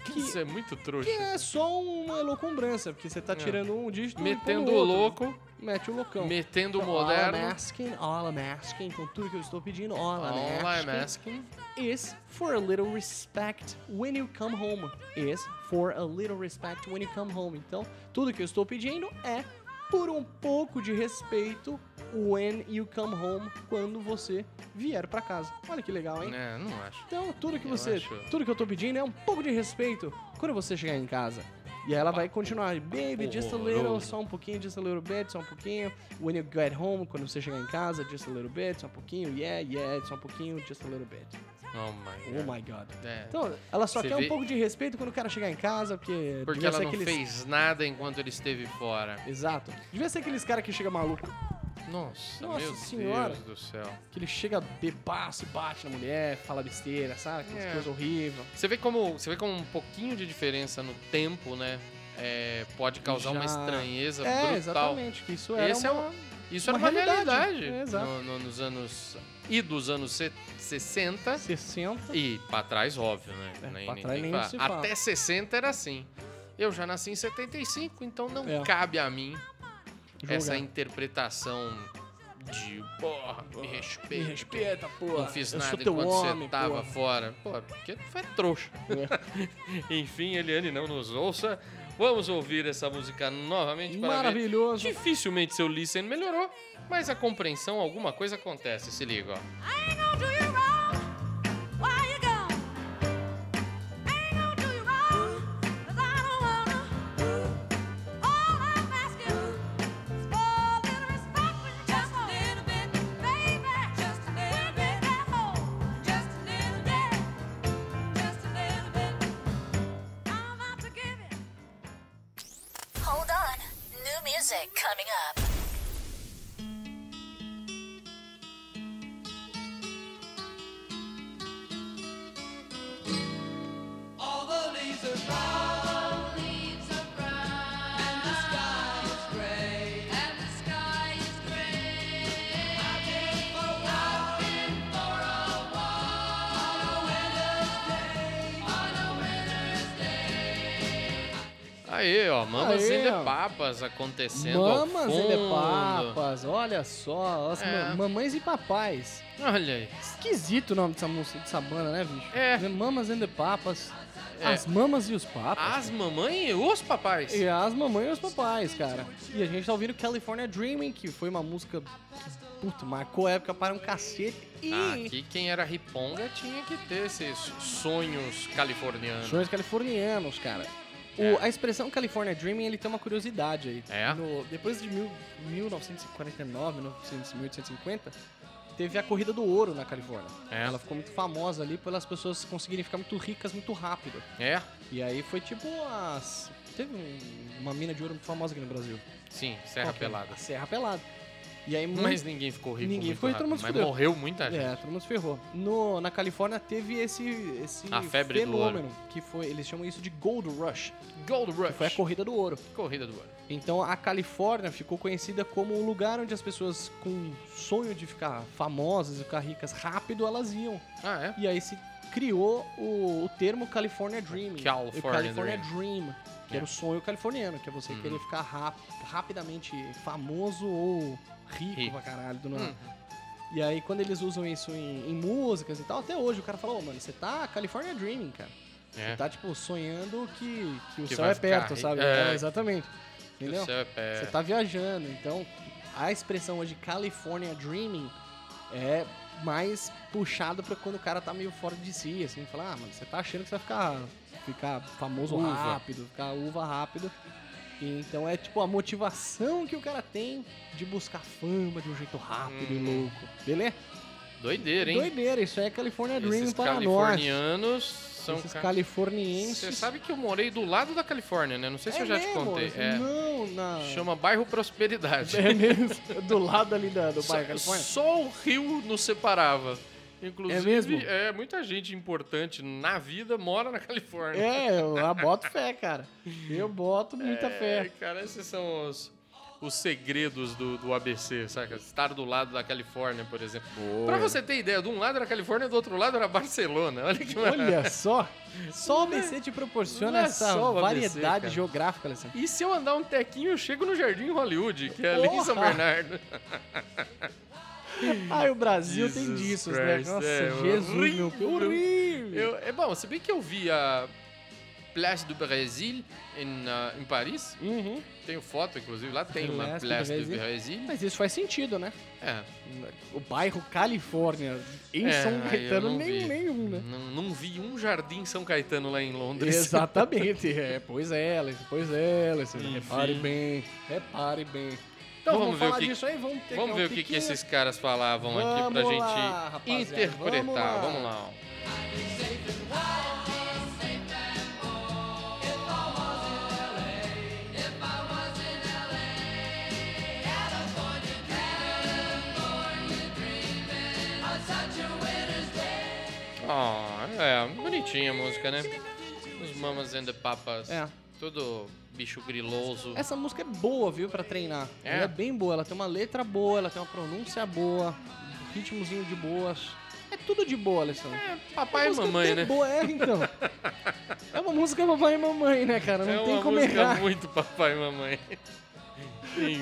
F: Que,
E: Isso é muito trouxa.
F: que é só uma loucumbrança, porque você tá
E: É.
F: tirando um dígito e pondo
E: Metendo o
F: outro.
E: louco,
F: Mete o loucão.
E: metendo o
F: Então, All I'm
E: moderno.
F: asking, all I'm asking, então tudo que eu estou pedindo, all I'm
E: All I'm
F: asking
E: asking.
F: is for a little respect when you come home. Is for a little respect when you come home. Então, tudo que eu estou pedindo é por um pouco de respeito when you come home, quando você vier pra casa. Olha que legal, hein?
E: É, não acho.
F: Então, tudo que
E: Eu
F: você,
E: acho.
F: tudo que eu tô pedindo é um pouco de respeito quando você chegar em casa. E aí ela vai continuar, baby, just a little,
E: horroroso.
F: só um pouquinho, just a little bit, só um pouquinho. When you get home, quando você chegar em casa, just a little bit, só um pouquinho, yeah, yeah, só um pouquinho, just a little bit.
E: Oh my
F: Oh
E: god.
F: my god.
E: É.
F: Então, ela só
E: Você
F: quer
E: vê-
F: um pouco de respeito quando o cara chegar em casa, porque.
E: Porque
F: devia
E: ela
F: ser
E: não
F: aqueles...
E: fez nada enquanto ele esteve fora.
F: Exato. Devia ser aqueles cara que chega maluco,
E: Nossa,
F: Nossa
E: meu
F: senhora.
E: Deus do céu.
F: que ele chega bebaço, bate na mulher, fala besteira, sabe? Aquelas
E: É.
F: coisas horríveis.
E: Você vê como você vê como um pouquinho de diferença no tempo, né? é, pode causar uma
F: Já.
E: estranheza
F: É,
E: brutal.
F: exatamente, que isso era
E: Esse é
F: uma...
E: Isso
F: Uma
E: era uma
F: realidade.
E: realidade,
F: É, exato.
E: no- no- nos anos e dos anos se- 60
F: 60.
E: e pra trás, óbvio, né?
F: É, pra trás nem
E: fala.
F: se fala.
E: Até 60 era assim. Eu já nasci em 75, então não
F: É.
E: cabe a mim
F: Julgar.
E: essa interpretação de, porra, me respeita.
F: Me respeita, porra.
E: Não fiz
F: eu
E: nada
F: sou teu
E: enquanto
F: homem,
E: você tava
F: porra.
E: fora. Pô, porque tu foi trouxa. Enfim, Eliane, não nos ouça. Vamos ouvir essa música novamente para ver.
F: Maravilhoso.
E: Dificilmente seu listen melhorou, mas a compreensão, alguma coisa acontece, se liga, ó.
H: I ain't gonna do you wrong while you gone. Ain't gonna do you wrong, 'cause I don't wanna. All I'm asking is for a little respect when you just a little bit, baby, just a little bit at home, just a little bit, just a little bit. I'm about to give it.
I: Hold on. New music coming up.
E: Aí, ó, Mamas
F: Aí,
E: in the
F: ó.
E: Papas acontecendo ao
F: Mamas
E: fundo.
F: e papas, olha só. As
E: É.
F: ma- mamães e papais.
E: Olha aí.
F: Esquisito o nome dessa música, dessa banda, né, bicho?
E: É.
F: Mamas and the Papas.
E: É. Ah.
F: As mamas e os papas.
E: As mamães e os papais.
F: E as mamães e os papais, cara. E a gente tá ouvindo California Dreaming, que foi uma música que, puto, marcou a época para um cacete. E
E: Aqui quem era riponga tinha que ter esses sonhos californianos.
F: Sonhos californianos, cara. O-
E: É.
F: A expressão California Dreaming, ele tem uma curiosidade aí.
E: É?
F: No- depois de mil, 1949, 1900, 1850, teve a corrida do ouro na Califórnia.
E: É.
F: Ela ficou muito famosa ali pelas pessoas conseguirem ficar muito ricas muito rápido.
E: É?
F: E aí foi tipo as. Teve um- uma mina de ouro muito famosa aqui no Brasil.
E: Sim, Serra
F: Qual que é?
E: Pelada.
F: A Serra Pelada. E aí muito-
E: Mas ninguém ficou rico.
F: Hum? Ninguém
E: muito
F: ficou rico, todo
E: rápido,
F: mundo se
E: Mas
F: fudeu.
E: morreu muita gente.
F: É, todo mundo se ferrou. No, na Califórnia teve esse, esse
E: A febre do ouro.
F: fenômeno, que foi, eles chamam isso de Gold Rush,
E: Gold Rush.
F: que É. foi a corrida do ouro.
E: corrida do ano.
F: Então a Califórnia ficou conhecida como o lugar onde as pessoas com sonho de ficar famosas e ficar ricas rápido, elas iam.
E: Ah, é?
F: E aí se criou o, o termo California Dream.
E: California
F: o California
E: Dream. Uhum.
F: Dream. que era o sonham californiano, que é você querer ficar rap- rapidamente famoso ou rico,
E: Rico.
F: pra caralho do nada.
E: Uhum.
F: E aí quando eles usam isso em, em músicas e tal, até hoje o cara fala, ô mano, você tá California Dreaming, cara.
E: É.
F: Você tá, tipo, sonhando que, que o
E: Que
F: céu
E: vai
F: é
E: ficar
F: perto,
E: ri-
F: sabe?
E: é.
F: É, exatamente.
E: Que o
F: Entendeu?
E: céu é pé.
F: Você tá viajando, então a expressão hoje California Dreaming é mais puxado pra quando o cara tá meio fora de si, assim, falar, ah, mano, você tá achando que você vai ficar, ficar famoso
E: Uva.
F: rápido, ficar uva rápido. E então é tipo a motivação que o cara tem de buscar fama de um jeito rápido e
E: Hum.
F: louco. Beleza?
E: Doideira, hein?
F: Doideira, isso aí é California Dream
E: Esses
F: para nós.
E: californianos são...
F: Esses
E: ca-
F: californienses.
E: Você sabe que eu morei do lado da Califórnia, né? Não sei se
F: é
E: eu já
F: mesmo,
E: te contei.
F: assim,
E: É.
F: Não, na...
E: Chama bairro Prosperidade.
F: É mesmo, do lado ali da, do bairro
E: Só,
F: Califórnia.
E: só o rio nos separava. Inclusive,
F: É mesmo?
E: é, muita gente importante na vida mora na Califórnia.
F: É, eu eu boto fé, cara. Eu boto muita
E: É,
F: fé.
E: cara, esses são os, os segredos do, do ABC, saca? Estar do lado da Califórnia, por exemplo. Pra você ter ideia, de um lado era Califórnia, do outro lado era Barcelona. Olha que maravilha.
F: Olha só. Só o ABC te proporciona
E: Não é
F: essa
E: só o ABC,
F: variedade
E: cara.
F: geográfica, Alessandro.
E: E se eu andar um tequinho, eu chego no Jardim Hollywood, que é ali em São
F: Porra!
E: Bernardo.
F: Ai, o Brasil tem
E: Jesus
F: disso, né?
E: Christ,
F: Nossa,
E: é
F: Jesus, meu
E: horrível.
F: Deus. Horrível.
E: Eu- é bom, se bem que eu vi a Place do Brasil em, ah, em Paris,
F: Uhum.
E: tenho foto, inclusive, lá tem uma
F: Place do
E: Place do
F: Brasil.
E: Brasil.
F: Mas isso faz sentido, né?
E: É,
F: O bairro Califórnia, em
E: É,
F: São
E: aí eu
F: Caetano,
E: não
F: nem,
E: vi.
F: nenhum, né?
E: não, não vi um Jardim São Caetano lá em Londres.
F: Exatamente. É, pois é, Alessandro. Pois é, Alessandro.
E: Enfim.
F: Repare bem. Repare bem.
E: Então vamos ver o
F: falar
E: que-
F: disso aí, vamos ter
E: Vamos
F: um
E: ver o que, que
F: piquinho.
E: esses caras falavam aqui pra
F: Vamos
E: gente
F: lá, rapaziada,
E: interpretar. Vamos
F: vamos
E: lá.
F: lá.
E: ó. Ah, é, bonitinha a música, né? Os Mamas and the Papas.
F: É.
E: Todo bicho griloso.
F: Essa música é boa, viu, pra treinar.
E: É?
F: Ela é bem boa, ela tem uma letra boa, ela tem uma pronúncia boa, um ritmozinho de boas. É tudo de boa, Alessandro. É,
E: Papai e mamãe, né?
F: Boa, é, então. é uma música papai e mamãe, né, cara? Não
E: é
F: tem
E: uma
F: como
E: música
F: errar.
E: muito papai e mamãe.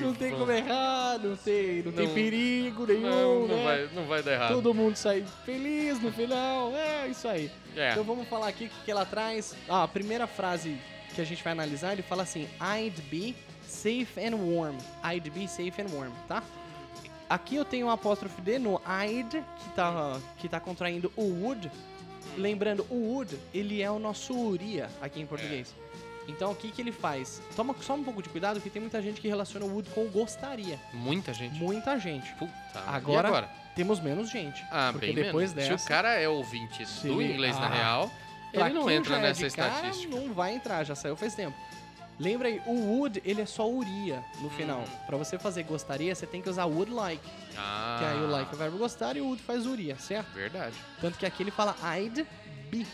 F: Não tem
E: Enfim.
F: como errar, não tem, não,
E: Não-
F: tem perigo nenhum,
E: Não,
F: né?
E: não, vai, não vai dar errado.
F: Todo mundo sai feliz no final, é isso aí.
E: É.
F: Então vamos falar aqui o que que ela traz. Ah, a primeira frase que a gente vai analisar, ele fala assim: I'd be safe and warm. I'd be safe and warm, tá? Aqui eu tenho um apóstrofe D no I'd, que tá, que tá contraindo o would. Lembrando, o would, ele é o nosso uria aqui
E: É.
F: em português. Então o que, que ele faz? Toma só um pouco de cuidado, porque tem muita gente que relaciona o would com o gostaria.
E: Muita gente.
F: Muita gente.
E: Puta.
F: Agora,
E: E agora?
F: temos menos gente.
E: Ah,
F: porque
E: bem
F: depois
E: menos.
F: dessa.
E: Se o cara é ouvinte
F: Se
E: do
F: ele-
E: inglês na
F: Ah.
E: real,
F: Pra
E: ele não
F: quem
E: entra
F: já é
E: nessa
F: de cara,
E: estatística.
F: não vai entrar, já saiu faz tempo. Lembra aí, o would, ele é só uria no final.
E: Hum.
F: Pra você fazer gostaria, você tem que usar would like.
E: Ah,
F: Que aí o like é o verbo gostar e o would faz uria, certo?
E: Verdade.
F: Tanto que aqui ele fala I'd be.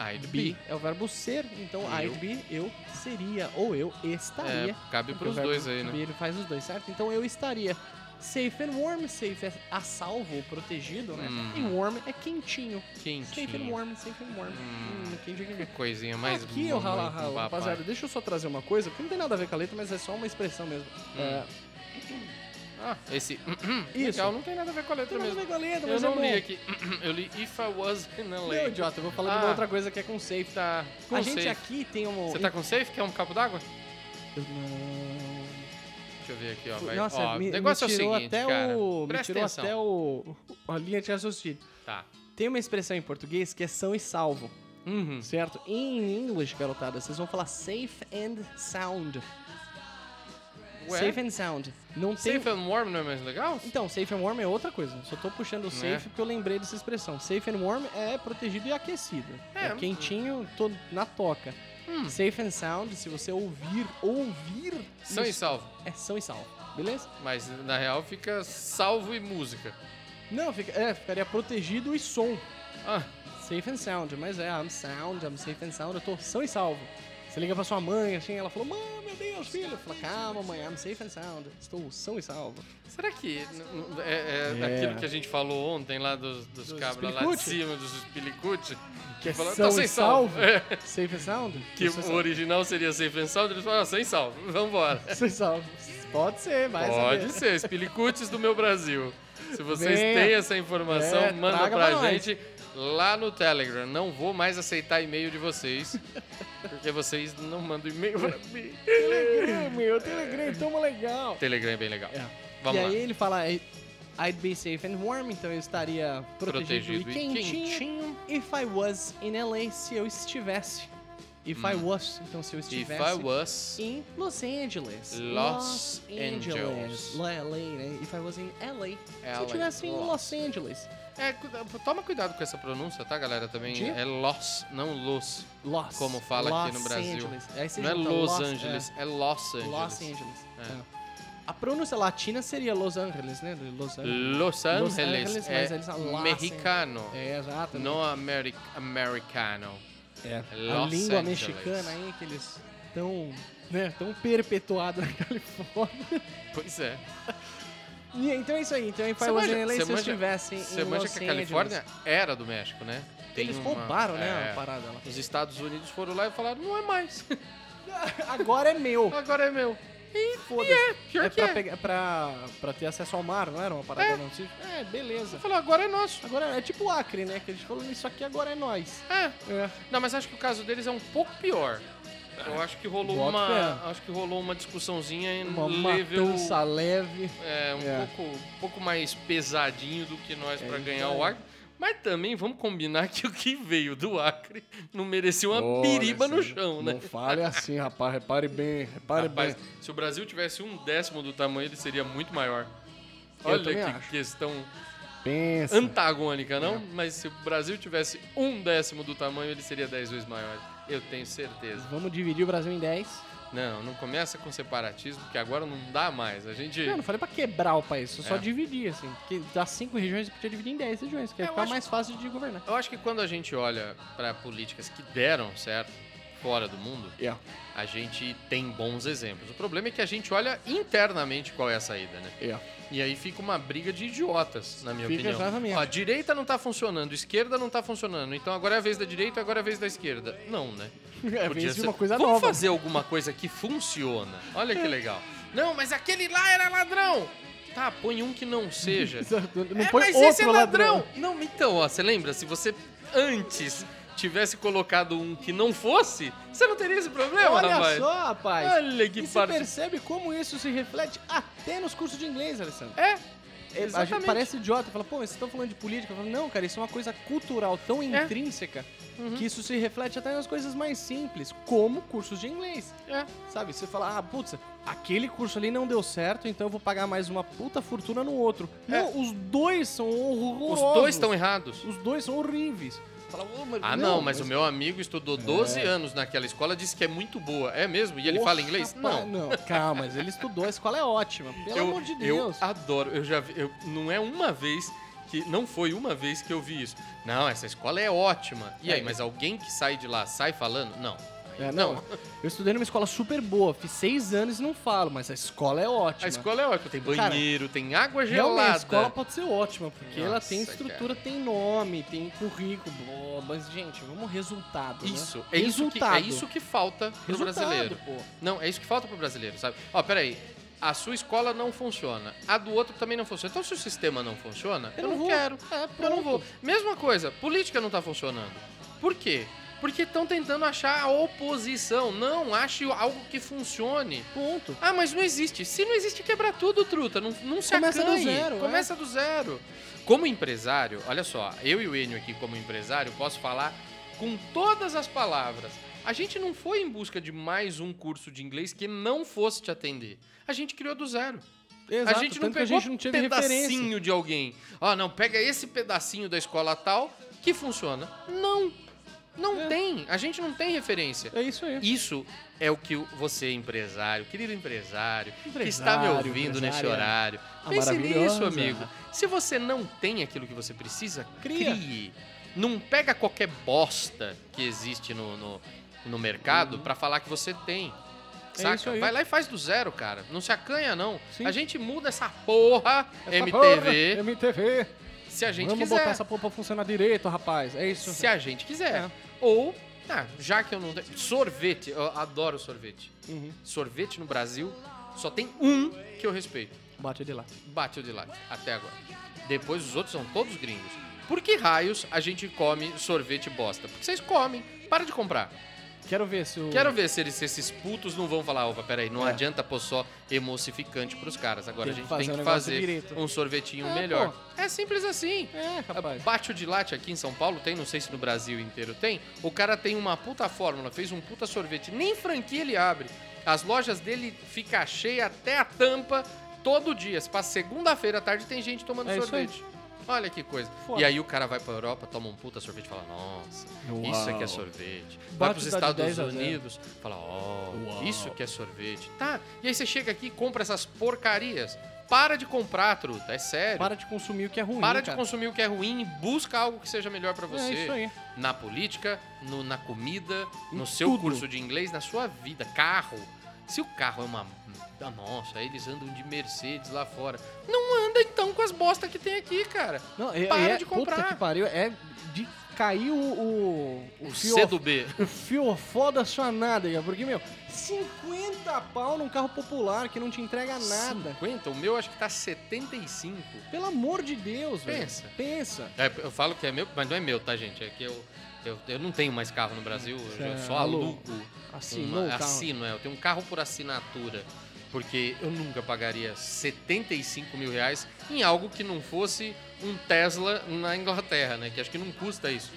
E: I'd be.
F: Be é o verbo ser, então
E: Eu.
F: I'd be, eu seria, ou eu estaria.
E: É, cabe
F: Porque
E: pros
F: o verbo
E: dois aí,
F: to
E: né?
F: be, Ele faz os dois, certo? Então eu estaria safe and warm, safe é a salvo, protegido, né?
E: Hum.
F: E warm é quentinho. Safe and
E: Quentinho.
F: warm, safe and warm. Hum, quentinho, quentinho.
E: Coisinha mais
F: Aqui, ô rala,
E: mamãe com
F: rala,
E: papai.
F: rapaziada, deixa eu só trazer uma coisa, que não tem nada a ver com a letra, mas é só uma expressão mesmo.
E: Hum.
F: É,
E: Ah, esse
F: Isso.
E: legal não tem nada a ver com a letra
F: não tem nada a ver
E: mesmo.
F: com a letra,
E: Eu
F: mas é
E: não
F: bom.
E: li aqui. Eu li If I Was in a
F: Meu
E: Lake.
F: idiota, eu vou falar de
E: Ah.
F: uma outra coisa que é com safe.
E: Tá. Com
F: a
E: safe.
F: gente aqui tem uma...
E: Você tá com safe? Quer um copo d'água?
F: Eu não...
E: Deixa eu ver aqui, ó. vai.
F: Nossa,
E: ó,
F: me,
E: o negócio
F: me tirou
E: é o seguinte,
F: até
E: cara.
F: o... Me
E: Presta
F: tirou
E: atenção.
F: até o... A linha de raciocínio.
E: Tá.
F: Tem uma expressão em português que é são e salvo,
E: Uhum.
F: certo? Em inglês, garotada, vocês vão falar safe and sound.
E: Ué?
F: Safe and Sound. Não tem...
E: Safe and warm não é mais legal?
F: Então, safe and warm é outra coisa. Só tô puxando o safe
E: Né?
F: porque eu lembrei dessa expressão. Safe and warm é protegido e aquecido.
E: É, Hum.
F: É, quentinho, tô na toca. Safe and sound, se você ouvir, ouvir...
E: São e
F: isso-
E: salvo.
F: É, são e salvo. Beleza?
E: Mas na real fica salvo e música.
F: Não, fica, é, ficaria protegido e som.
E: Ah,
F: Safe and sound, mas é, I'm sound, I'm safe and sound, eu tô são e salvo. Você liga pra sua mãe, assim, ela falou, mãe, meu Deus, filho. Fala, calma, mãe, I'm safe and sound, estou são e salvo.
E: será que n- n- é, é
F: É.
E: aquilo que a gente falou ontem lá dos, dos,
F: Dos
E: cabras lá de
F: espilicuete?
E: cima, dos pilicutes?
F: Que é
E: Fala,
F: são
E: tá sem
F: e salvo?
E: salvo. É.
F: Safe and sound?
E: Que
F: Eu sou
E: o original seria safe and sound, eles falam, ah, sem salvo, vambora.
F: Sem sal. Pode ser, mas.
E: Pode ser, espilicutes do meu Brasil. Se vocês
F: Venha.
E: têm essa informação,
F: É,
E: manda
F: traga
E: pra,
F: pra nós.
E: gente lá no Telegram. Não vou mais aceitar e-mail de vocês, porque vocês não mandam e-mail pra mim.
F: Telegram, meu, Telegram, toma então, legal.
E: Telegram é bem legal.
F: É.
E: Vamos
F: e
E: lá.
F: aí ele fala, I'd be safe and warm, então eu estaria protegido,
E: Protegido
F: e
E: e
F: quentinho.
E: quentinho.
F: If I was in LA, se eu estivesse. If I was, então se eu
E: Hum. If
F: estivesse.
E: I was...
F: Em Los Angeles.
E: Los Angeles.
F: Lá, LA, né? If I was in LA. se
E: LA,
F: eu estivesse em
E: Los.
F: Los Angeles.
E: É, cuida- toma cuidado com essa pronúncia, tá, galera? Também
F: De?
E: é Los, não Los,
F: Los.
E: como fala aqui no
F: Los
E: Brasil.
F: Angeles. Aí você
E: Não é
F: junta
E: Los
F: Los-
E: Angeles, é Los Angeles.
F: Los Angeles. É. A pronúncia latina seria Los Angeles, né? Los Angeles.
E: Los Angeles,
F: Angeles, mas eles falam
E: é
F: Los
E: mexicano,
F: É, exato. né?
E: não ameri americano.
F: É. A
E: Los
F: língua
E: Angeles.
F: mexicana aí que eles estão né, tão perpetuado na Califórnia.
E: Pois é.
F: E, então é isso aí. Então, em Pai Los Angeles, se eu estivesse em
E: você
F: Los
E: manja que a
F: Angeles.
E: Califórnia era do México, né?
F: eles
E: uma-
F: roubaram, né,
E: é.
F: a parada lá.
E: Os Estados Unidos foram lá e falaram, não é mais,
F: Agora é meu.
E: agora é meu. E
F: Foda-se.
E: é, pior
F: é
E: que
F: pra,
E: é.
F: pegar- pra- pra ter acesso ao mar, não era uma parada
E: É.
F: não? Se- É, beleza.
E: falou, agora é nosso.
F: Agora é tipo o Acre, né? Que eles falam, isso aqui agora é nós.
E: É.
F: É.
E: Não, mas acho que o caso deles é um pouco pior. Eu acho que rolou
F: Boto
E: uma, acho que rolou uma discussãozinha em
F: Uma
E: level
F: matança leve.
E: é, um
F: É.
E: pouco, um pouco mais pesadinho do que nós pra
F: isso
E: ganhar
F: aí.
E: o Acre. Mas também vamos combinar que o que veio do Acre não merecia uma
F: Olha,
E: piriba no
F: senhor,
E: chão, né?
F: Não fale assim, rapaz. Repare bem, repare
E: Rapaz,
F: bem.
E: se o Brasil tivesse um décimo do tamanho, ele seria muito maior.
F: Eu
E: Olha que
F: também acho.
E: questão
F: Pensa.
E: antagônica, não? Mas se o Brasil tivesse um décimo do tamanho, ele seria dez vezes maior. Eu tenho certeza.
F: Vamos dividir o Brasil em 10.
E: Não, não começa com separatismo, porque agora não dá mais. A gente.
F: Não, não falei pra quebrar o país, eu só
E: É.
F: dividir, assim. Porque das 5 regiões, você podia dividir em 10 regiões, que ia
E: Eu
F: ficar
E: acho-
F: mais fácil de governar.
E: Eu acho que quando a gente olha pra políticas que deram certo fora do mundo,
F: Yeah.
E: a gente tem bons exemplos. O problema é que a gente olha internamente qual é a saída, né?
F: Yeah.
E: E aí fica uma briga de idiotas, na minha
F: Fica
E: opinião.
F: exatamente.
E: Ó, a direita não tá funcionando, a esquerda não tá funcionando. Então agora é a vez da direita, agora é a vez da esquerda. Não, né?
F: É,
E: Podia
F: vez de
E: ser-
F: uma coisa
E: Vamos
F: nova.
E: fazer alguma coisa que funciona. Olha que legal. Não, mas aquele lá era ladrão. Tá, põe um que não seja.
F: Exato, Não
E: É,
F: põe
E: mas
F: outro
E: esse é ladrão.
F: ladrão.
E: Não, então, ó, você lembra? Se você antes tivesse colocado um que não fosse, você não teria esse problema,
F: Olha
E: rapaz.
F: só, rapaz.
E: Olha que
F: e você
E: parte-
F: percebe como isso se reflete até nos cursos de inglês, Alessandro.
E: É,
F: É, a gente
E: exatamente.
F: parece idiota, fala, pô, mas vocês estão falando de política? Eu falo, não, cara, isso é uma coisa cultural
E: É.
F: tão intrínseca
E: Uhum.
F: que isso se reflete até nas coisas mais simples, como cursos de inglês.
E: É.
F: Sabe, você fala, ah, putz, aquele curso ali não deu certo, então eu vou pagar mais uma puta fortuna no outro.
E: É.
F: Não, os dois são
E: Os
F: horrorosos.
E: dois estão errados.
F: Os dois são horríveis. Fala, "Ô, mas- É.
E: Ah, não, mas, o meu amigo estudou 12 anos naquela escola, disse que é muito boa. É mesmo? E ele
F: Ô,
E: fala inglês?
F: rapaz,
E: não.
F: Não, calma, mas ele estudou, a escola é ótima. Pelo amor de Deus.
E: Eu adoro. Eu já vi, eu- não é uma vez que não foi uma vez que eu vi isso. Não, essa escola é ótima. E aí,
F: É.
E: mas alguém que sai de lá sai falando? Não.
F: É, não.
E: Não.
F: Eu estudei numa escola super boa, fiz seis anos e não falo, mas a escola é ótima.
E: A escola é ótima, tem
F: Cara,
E: banheiro, tem água
F: Realmente,
E: gelada.
F: a escola pode ser ótima, porque ela tem
E: Nossa,
F: estrutura, tem nome, tem currículo, blá, mas, gente, vamos resultado, né?
E: Isso, é isso, que, é
F: Resultado.
E: isso que falta pro
F: Resultado,
E: brasileiro.
F: pô.
E: Não, é isso que falta pro brasileiro, sabe? Ó, peraí. A sua escola não funciona. A do outro também não funciona. Então, se o sistema não funciona, eu,
F: não
E: não,
F: vou.
E: quero.
F: É,
E: eu
F: pronto.
E: não vou. Mesma coisa, política não tá funcionando. Por quê? Porque estão tentando achar a oposição. Não, ache algo que funcione.
F: Ponto.
E: Ah, mas não existe. Se não existe, quebra tudo, truta. Não, não se
F: Começa do
E: acanhe.
F: zero, é.
E: Começa do zero. Como empresário, olha só, eu e o Enio aqui como empresário, posso falar com todas as palavras. A gente não foi em busca de mais um curso de inglês que não fosse te atender. A gente criou do zero.
F: Exato,
E: a gente não
F: tanto que a
E: pegou
F: gente não teve
E: pedacinho
F: referência.
E: de alguém. Ah, não, pega esse pedacinho da escola tal que funciona. Não. Não tem. A gente não tem referência.
F: É isso aí.
E: Isso é o que o- você, empresário, querido empresário, que
F: Empresário,
E: está me ouvindo nesse
F: empresária.
E: horário,
F: Ah,
E: pense nisso,
F: maravilhosa.
E: amigo. Se você não tem aquilo que você precisa,
F: Cria.
E: crie. Não pega qualquer bosta que existe no, no, no mercado pra falar que você tem.
F: Uhum. É
E: Saca?
F: isso aí.
E: Vai lá e faz do zero, cara. Não se acanha, não.
F: Sim.
E: A gente muda essa porra
F: Essa
E: MTV
F: É porra, MTV.
E: se a gente
F: Vamos
E: quiser.
F: botar essa porra pra funcionar direito, rapaz. É isso.
E: Uhum. Se a gente quiser.
F: É.
E: Ou, ah, já que eu não tenho. Sorvete, eu adoro sorvete.
F: Uhum.
E: Sorvete no Brasil só tem um que eu respeito.
F: Bate ele lá.
E: Bateu de latte, até agora. Depois os outros são todos gringos. Por que raios a gente come sorvete bosta? Porque vocês comem, para de comprar.
F: Quero ver se o...
E: Quero ver se, eles, se esses putos não vão falar, opa, peraí, não
F: É.
E: adianta pôr só emulsificante pros caras. Agora
F: Tem que
E: a gente
F: fazer um
E: tem que
F: negócio
E: fazer
F: direito.
E: um sorvetinho
F: É,
E: melhor. É simples assim.
F: É, rapaz.
E: Bate o de latte aqui em São Paulo tem, não sei se no Brasil inteiro tem. O cara tem uma puta fórmula, fez um puta sorvete. Nem franquia ele abre. As lojas dele fica cheia até a tampa todo dia. Se passa segunda-feira à tarde tem gente tomando
F: É isso
E: sorvete. Olha que coisa.
F: Foda.
E: E aí o cara vai pra Europa, toma um puta sorvete e fala, nossa,
F: Uau.
E: isso aqui é sorvete. vai
F: Bate
E: pros
F: e dá de 10
E: Estados
F: a zero.
E: Unidos, fala, ó, isso que é sorvete. Tá, e aí você chega aqui e compra essas porcarias. Para de comprar, truta, é sério.
F: Para de consumir o que é ruim,
E: Para de
F: cara.
E: consumir o que é ruim e busca algo que seja melhor pra você.
F: É isso aí.
E: Na política, no- na comida, no
F: Em
E: seu
F: tudo.
E: curso de inglês, na sua vida. Carro. Se o carro é uma. Da nossa, eles andam de Mercedes lá fora. Não anda então com as bostas que tem aqui, cara.
F: Não, é,
E: Para
F: é-
E: de comprar.
F: Puta que pariu. É de cair o... O,
E: O
F: fio-
E: C do B.
F: O fiofó da sua nada, cara, porque, meu, 50 pau num carro popular que não te entrega nada.
E: 50, o meu acho que tá 75.
F: Pelo amor de Deus, velho.
E: Pensa.
F: Pensa.
E: É, eu falo que é meu, mas não é meu, tá, gente? É que eu, eu, eu não tenho mais carro no Brasil, eu
F: Você
E: já só
F: aluga.
E: alugo.
F: Assinou
E: uma-
F: o carro.
E: Assino, é. Eu tenho um carro por assinatura. Porque eu nunca pagaria 75 mil reais em algo que não fosse um Tesla na Inglaterra, né? Que acho que não custa isso.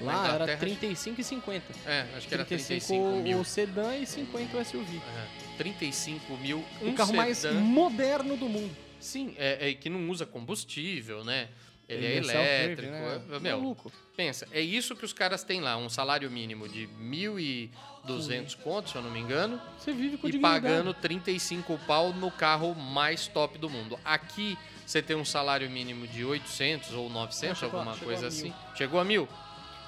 E: Na
F: Lá era
E: Inglaterra,
F: 35 e 50.
E: É, acho que era
F: 35,
E: 35 mil.
F: o sedã e 50 o SUV.
E: É, 35 mil, um
F: o carro mais
E: sedã.
F: moderno do mundo.
E: Sim, é, é que não usa combustível, né? Ele é,
F: self-drive,
E: elétrico.
F: né?
E: é- meu,
F: Maluco.
E: Pensa, é isso que os caras têm lá, um salário mínimo de 1.200 contos, se eu não me engano,
F: Você vive com
E: e
F: dignidade.
E: pagando 35 pau no carro mais top do mundo. Aqui você tem um salário mínimo de 800 ou 900,
F: Não, chegou a-
E: alguma
F: chegou
E: coisa
F: a
E: assim.
F: mil.
E: Chegou a mil.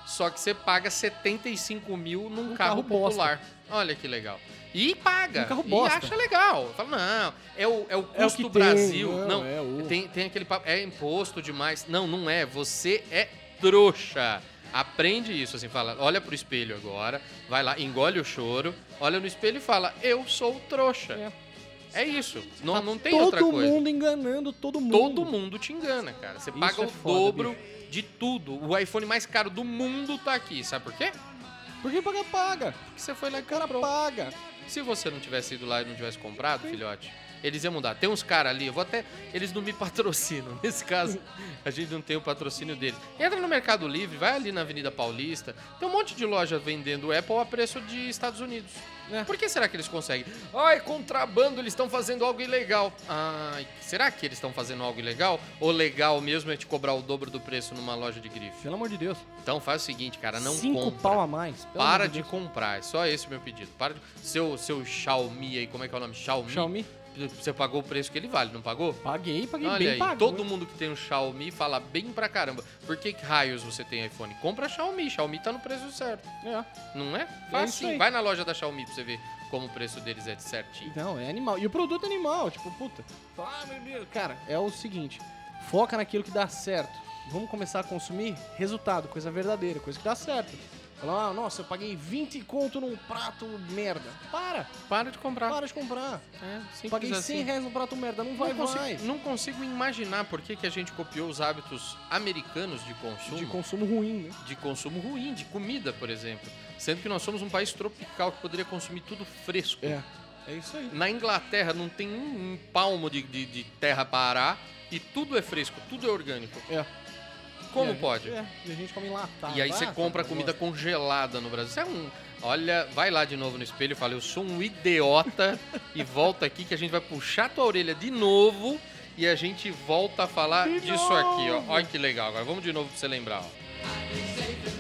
E: Só que você paga 75 mil num
F: Um carro
E: carro,
F: bosta.
E: popular. Olha que legal. E paga.
F: Um carro
E: e
F: bosta.
E: acha legal. Fala, não, é o, é
F: É
E: o
F: o
E: custo
F: que tem,
E: Brasil.
F: não,
E: não,
F: é o-
E: tem, tem aquele papo, é imposto demais. Não, não é. Você é trouxa. Aprende isso, assim, fala, olha pro espelho agora, vai lá, engole o choro, olha no espelho e fala, eu sou trouxa. É, isso. Não,
F: Tá
E: não tem
F: todo
E: outra coisa.
F: mundo enganando todo mundo.
E: Todo mundo te engana, cara. Você
F: Isso
E: paga
F: é
E: o
F: foda,
E: dobro de tudo. O iPhone mais caro do mundo tá aqui. Sabe por quê?
F: Por que paga, paga?
E: Porque você foi lá e
F: O cara
E: comprou.
F: paga.
E: Se você não tivesse ido lá e não tivesse comprado, filhote, eles iam mudar. Tem uns caras ali, eu vou até. Eles não me patrocinam. Nesse caso, a gente não tem o patrocínio deles. Entra no Mercado Livre, vai ali na Avenida Paulista. Tem um monte de loja vendendo Apple a preço de Estados Unidos.
F: É.
E: Por que será que eles conseguem? Ai, contrabando, eles estão fazendo algo ilegal. Ai, será que eles estão fazendo algo ilegal? Ou legal mesmo é te cobrar o dobro do preço numa loja de grife?
F: Pelo amor de Deus.
E: Então faz o seguinte, cara, não
F: Cinco
E: compra.
F: pau a mais. Pelo
E: Para
F: amor
E: de
F: Deus.
E: comprar, é só esse o meu pedido. Para de... Seu, seu Xiaomi aí, como é que é o nome? Xiaomi.
F: Xiaomi.
E: Você pagou o preço que ele vale, não pagou?
F: Paguei, paguei
E: Olha
F: bem
E: aí,
F: pago. É.
E: todo mundo que tem um Xiaomi fala bem pra caramba. Por que que raios você tem iPhone? Compra Xiaomi, Xiaomi tá no preço certo,
F: É.
E: não é?
F: isso
E: Fácil,
F: aí.
E: vai na loja da Xiaomi pra você ver como o preço deles é de certinho.
F: Não, é animal. E o produto é animal, tipo, puta. Ah, meu Deus. Cara, é o seguinte. Foca naquilo que dá certo. Vamos começar a consumir resultado, coisa verdadeira, coisa que dá certo. Falar, ah, nossa, eu paguei 20 conto num prato merda. Para,
E: Para de comprar.
F: para de comprar.
E: É, simples
F: Paguei 100
E: assim.
F: reais num prato merda, não vai,
E: não, consigo,
F: vai.
E: não consigo imaginar por que, que a gente copiou os hábitos americanos de consumo.
F: De consumo ruim, né?
E: de consumo ruim, de comida, por exemplo. Sendo que nós somos um país tropical que poderia consumir tudo fresco.
F: É, é isso aí.
E: Na Inglaterra não tem um, um palmo de, de- de terra para arar e tudo é fresco, tudo é orgânico.
F: É.
E: Como
F: E a gente-
E: pode?
F: é, e a gente come enlatado.
E: E aí
F: Ah,
E: você
F: tá
E: compra
F: bom.
E: comida congelada no Brasil. Você é um. Olha, vai lá de novo no espelho e fala: Eu sou um idiota. e volta aqui que a gente vai puxar tua orelha de novo. E a gente volta a falar
F: De
E: disso aqui, ó.
F: novo.
E: Olha que legal. Agora vamos de novo pra você lembrar, ó.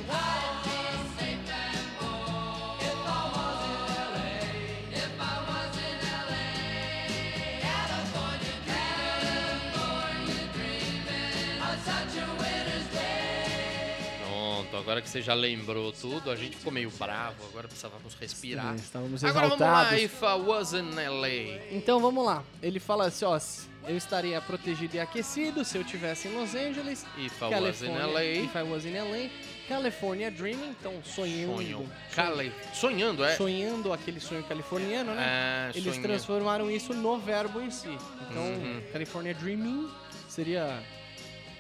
E: Pronto, agora que você já lembrou tudo, a gente ficou meio bravo, agora precisávamos respirar.
F: Sim, estávamos
E: agora vamos lá,
F: exaltados.
E: if I was in LA.
F: Então vamos lá. Ele fala assim, ó, eu estaria protegido e aquecido se eu estivesse em Los Angeles.
E: If I was in LA.
F: If I was in LA. California Dreaming, então sonhando.
E: Sonho. Cali. Sonhando, é?
F: Sonhando aquele sonho californiano, né?
E: Ah,
F: Eles
E: sonhando.
F: transformaram isso no verbo em si. Então,
E: Uhum.
F: California Dreaming seria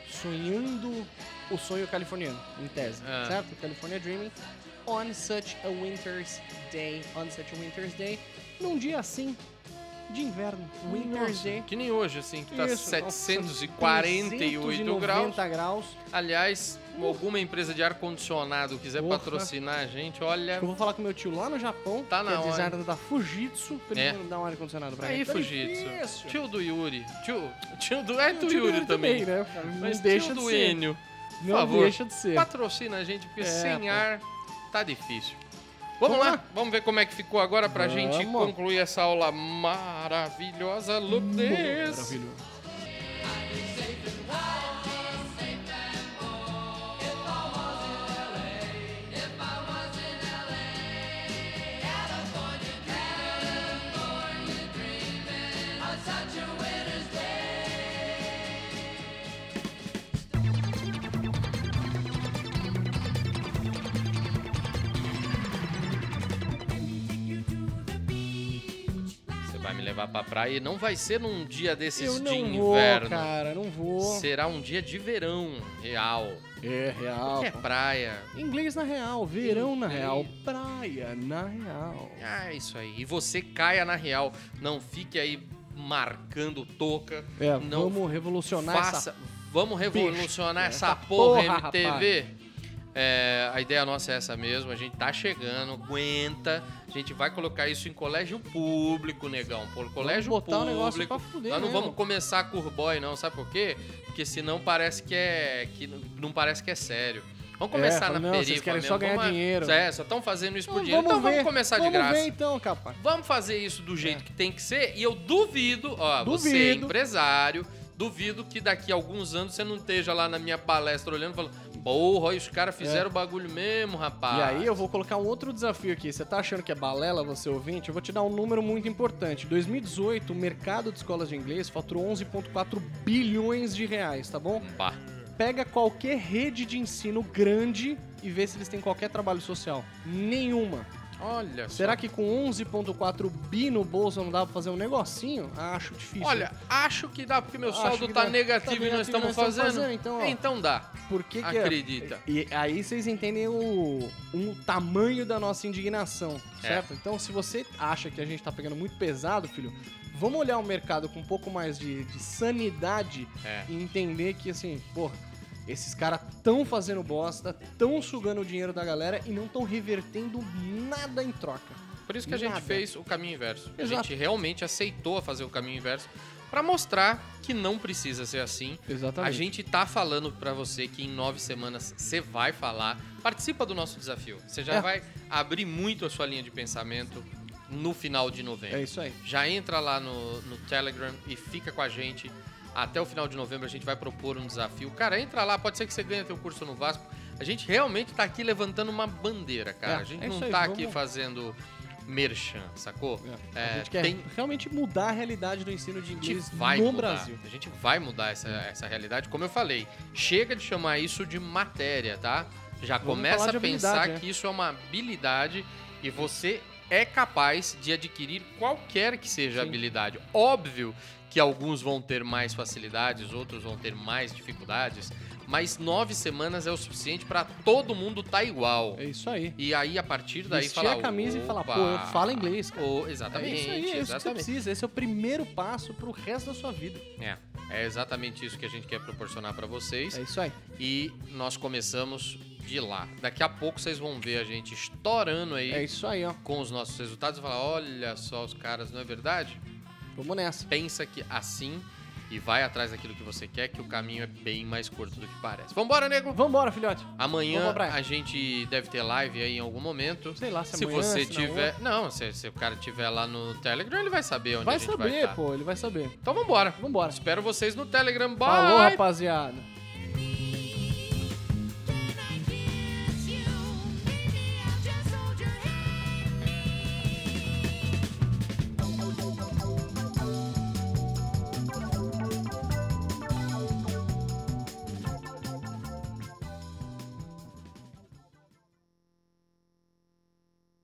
F: sonhando o sonho californiano, em tese,
E: Ah.
F: certo? California Dreaming. On such a winter's day. On such a winter's day. Num dia assim, de inverno. Winter's day.
E: Que nem hoje, assim, que tá
F: Isso, nossa,
E: 748 graus.
F: 390 graus.
E: Aliás, alguma empresa de ar-condicionado quiser
F: Porra.
E: patrocinar a gente, olha.
F: Eu vou falar com meu tio lá no Japão,
E: É. Tá
F: que
E: na
F: é
E: hora.
F: designer da Fujitsu, pra
E: É.
F: ele mandar um ar-condicionado pra
E: Aí,
F: mim. Tá
E: Fujitsu.
F: difícil.
E: Tio do Yuri. Tio, tio do. É do
F: Tio do
E: Yuri também.
F: né? cara? Não
E: Mas
F: deixa
E: tio
F: de
E: do
F: ser.
E: Enio.
F: Não
E: favor.
F: deixa de ser.
E: Patrocina a gente, porque
F: É,
E: sem
F: pô.
E: ar tá difícil. Vamos, lá? Vamos ver como é que ficou agora pra gente
F: Vamos. Hum,
E: concluir essa aula maravilhosa. Look this.
F: Maravilhoso.
E: Você vai me levar pra praia e não vai ser num dia desses
F: Eu
E: de
F: não vou,
E: inverno.
F: cara, não vou.
E: Será um dia de verão real.
F: É real.
E: É praia.
F: Inglês na real, verão na
E: Inglês.
F: real, praia na real.
E: Ah, isso aí. E você caia na real. Não fique aí marcando toca.
F: É,
E: não
F: vamos revolucionar
E: faça.
F: essa...
E: Vamos revolucionar
F: bicho,
E: essa,
F: essa
E: porra,
F: porra,
E: MTV. É, a ideia nossa é essa mesmo. A gente tá chegando, aguenta. A gente vai colocar isso em colégio público, negão. Por colégio
F: botar o
E: público.
F: negócio pra fuder
E: Nós não
F: mesmo.
E: vamos começar com o boy, não. Sabe por quê? Porque senão parece que é. Que não- não parece que é sério. Vamos começar
F: fala,
E: na
F: não,
E: perifa
F: vocês querem
E: mesmo.
F: só ganhar
E: Vamos-
F: dinheiro.
E: É, só estão fazendo isso por dinheiro.
F: Vamos
E: então
F: ver,
E: vamos começar de
F: vamos
E: graça.
F: ver então, capa.
E: Vamos fazer isso do jeito que tem que ser e eu duvido, ó, você
F: É.
E: é
F: Duvido.
E: empresário, duvido que daqui a alguns anos você não esteja lá na minha palestra olhando e falando, porra, olha, os caras fizeram o bagulho mesmo, rapaz.
F: É. E aí eu vou colocar um outro desafio aqui. Você tá achando que é balela, você ouvinte? Eu vou te dar um número muito importante. Em 2018, o mercado de escolas de inglês faturou 11,4 bilhões de reais, tá bom?
E: Pá.
F: Pega qualquer rede de ensino grande e vê se eles têm qualquer trabalho social. Nenhuma.
E: Olha só.
F: Será que com 11,4 bi no bolso não dá pra fazer um negocinho? Acho difícil.
E: Olha, acho que dá, porque meu
F: Acho
E: saldo
F: que
E: tá
F: dá. Tá
E: negativo e
F: negativo
E: nós estamos
F: e nós estamos
E: fazendo.
F: fazendo, então, ó.
E: dá.
F: por que que é-
E: Acredita.
F: E aí vocês entendem o, o tamanho da nossa indignação,
E: É.
F: certo? Então, se você acha que a gente tá pegando muito pesado, filho, vamos olhar o mercado com um pouco mais de, de sanidade
E: É.
F: e entender que, assim, porra, esses caras tão fazendo bosta, tão sugando o dinheiro da galera e não tão revertendo nada em troca.
E: Por isso que a gente
F: Nada.
E: fez o caminho inverso. A
F: Exato.
E: gente realmente aceitou fazer o caminho inverso pra mostrar que não precisa ser assim.
F: Exatamente.
E: A gente tá falando pra você que em nove semanas você vai falar. Participa do nosso desafio. Você já
F: É.
E: vai abrir muito a sua linha de pensamento no final de novembro.
F: É isso aí.
E: Já entra lá no, no Telegram e fica com a gente. Até o final de novembro a gente vai propor um desafio. Cara, entra lá, pode ser que você ganhe teu curso no Vasco. A gente realmente tá aqui levantando uma bandeira, cara.
F: É,
E: a gente
F: é
E: não
F: isso aí,
E: tá
F: vamos-
E: aqui fazendo merchan, sacou?
F: a
E: É,
F: gente quer
E: tem-
F: realmente mudar a realidade do ensino de
E: a gente
F: inglês
E: vai
F: no
E: mudar.
F: Brasil.
E: A gente vai mudar essa, essa realidade, como eu falei. Chega de chamar isso de matéria, tá? Já
F: Vamos
E: começa
F: falar de
E: a pensar
F: habilidade, né?
E: que isso é uma habilidade e você é capaz de adquirir qualquer que seja a
F: Sim.
E: habilidade. Óbvio que alguns vão ter mais facilidades, outros vão ter mais dificuldades, mas nove semanas é o suficiente para todo mundo tá igual.
F: É isso aí.
E: E aí, a partir daí,
F: Vestir
E: falar.
F: a camisa e falar,
E: "Opa,
F: pô, eu falo inglês, cara."
E: ô,
F: É
E: exatamente,
F: isso aí, é isso que você
E: exatamente.
F: precisa. Esse é o primeiro passo pro resto da sua vida.
E: É. É exatamente isso que a gente quer proporcionar pra vocês.
F: É isso aí.
E: E nós começamos de lá. Daqui a pouco vocês vão ver a gente estourando aí
F: É isso aí, ó.
E: com os nossos resultados e falar: olha só, os caras, não é verdade?
F: Vamos nessa.
E: Pensa que assim e vai atrás daquilo que você quer, que o caminho é bem mais curto do que parece. Vambora, nego!
F: Vambora, filhote.
E: Amanhã
F: Vamos, Brian.
E: a gente deve ter live aí em algum momento.
F: Sei lá se
E: se
F: amanhã,
E: você
F: se na
E: tiver. Não, se, se o cara tiver lá no Telegram, ele vai saber onde a
F: Vai tá.
E: gente vai
F: saber,
E: estar.
F: pô. Ele vai saber.
E: Então vambora.
F: Vambora.
E: Espero vocês no Telegram. Bye!
F: Falou, rapaziada.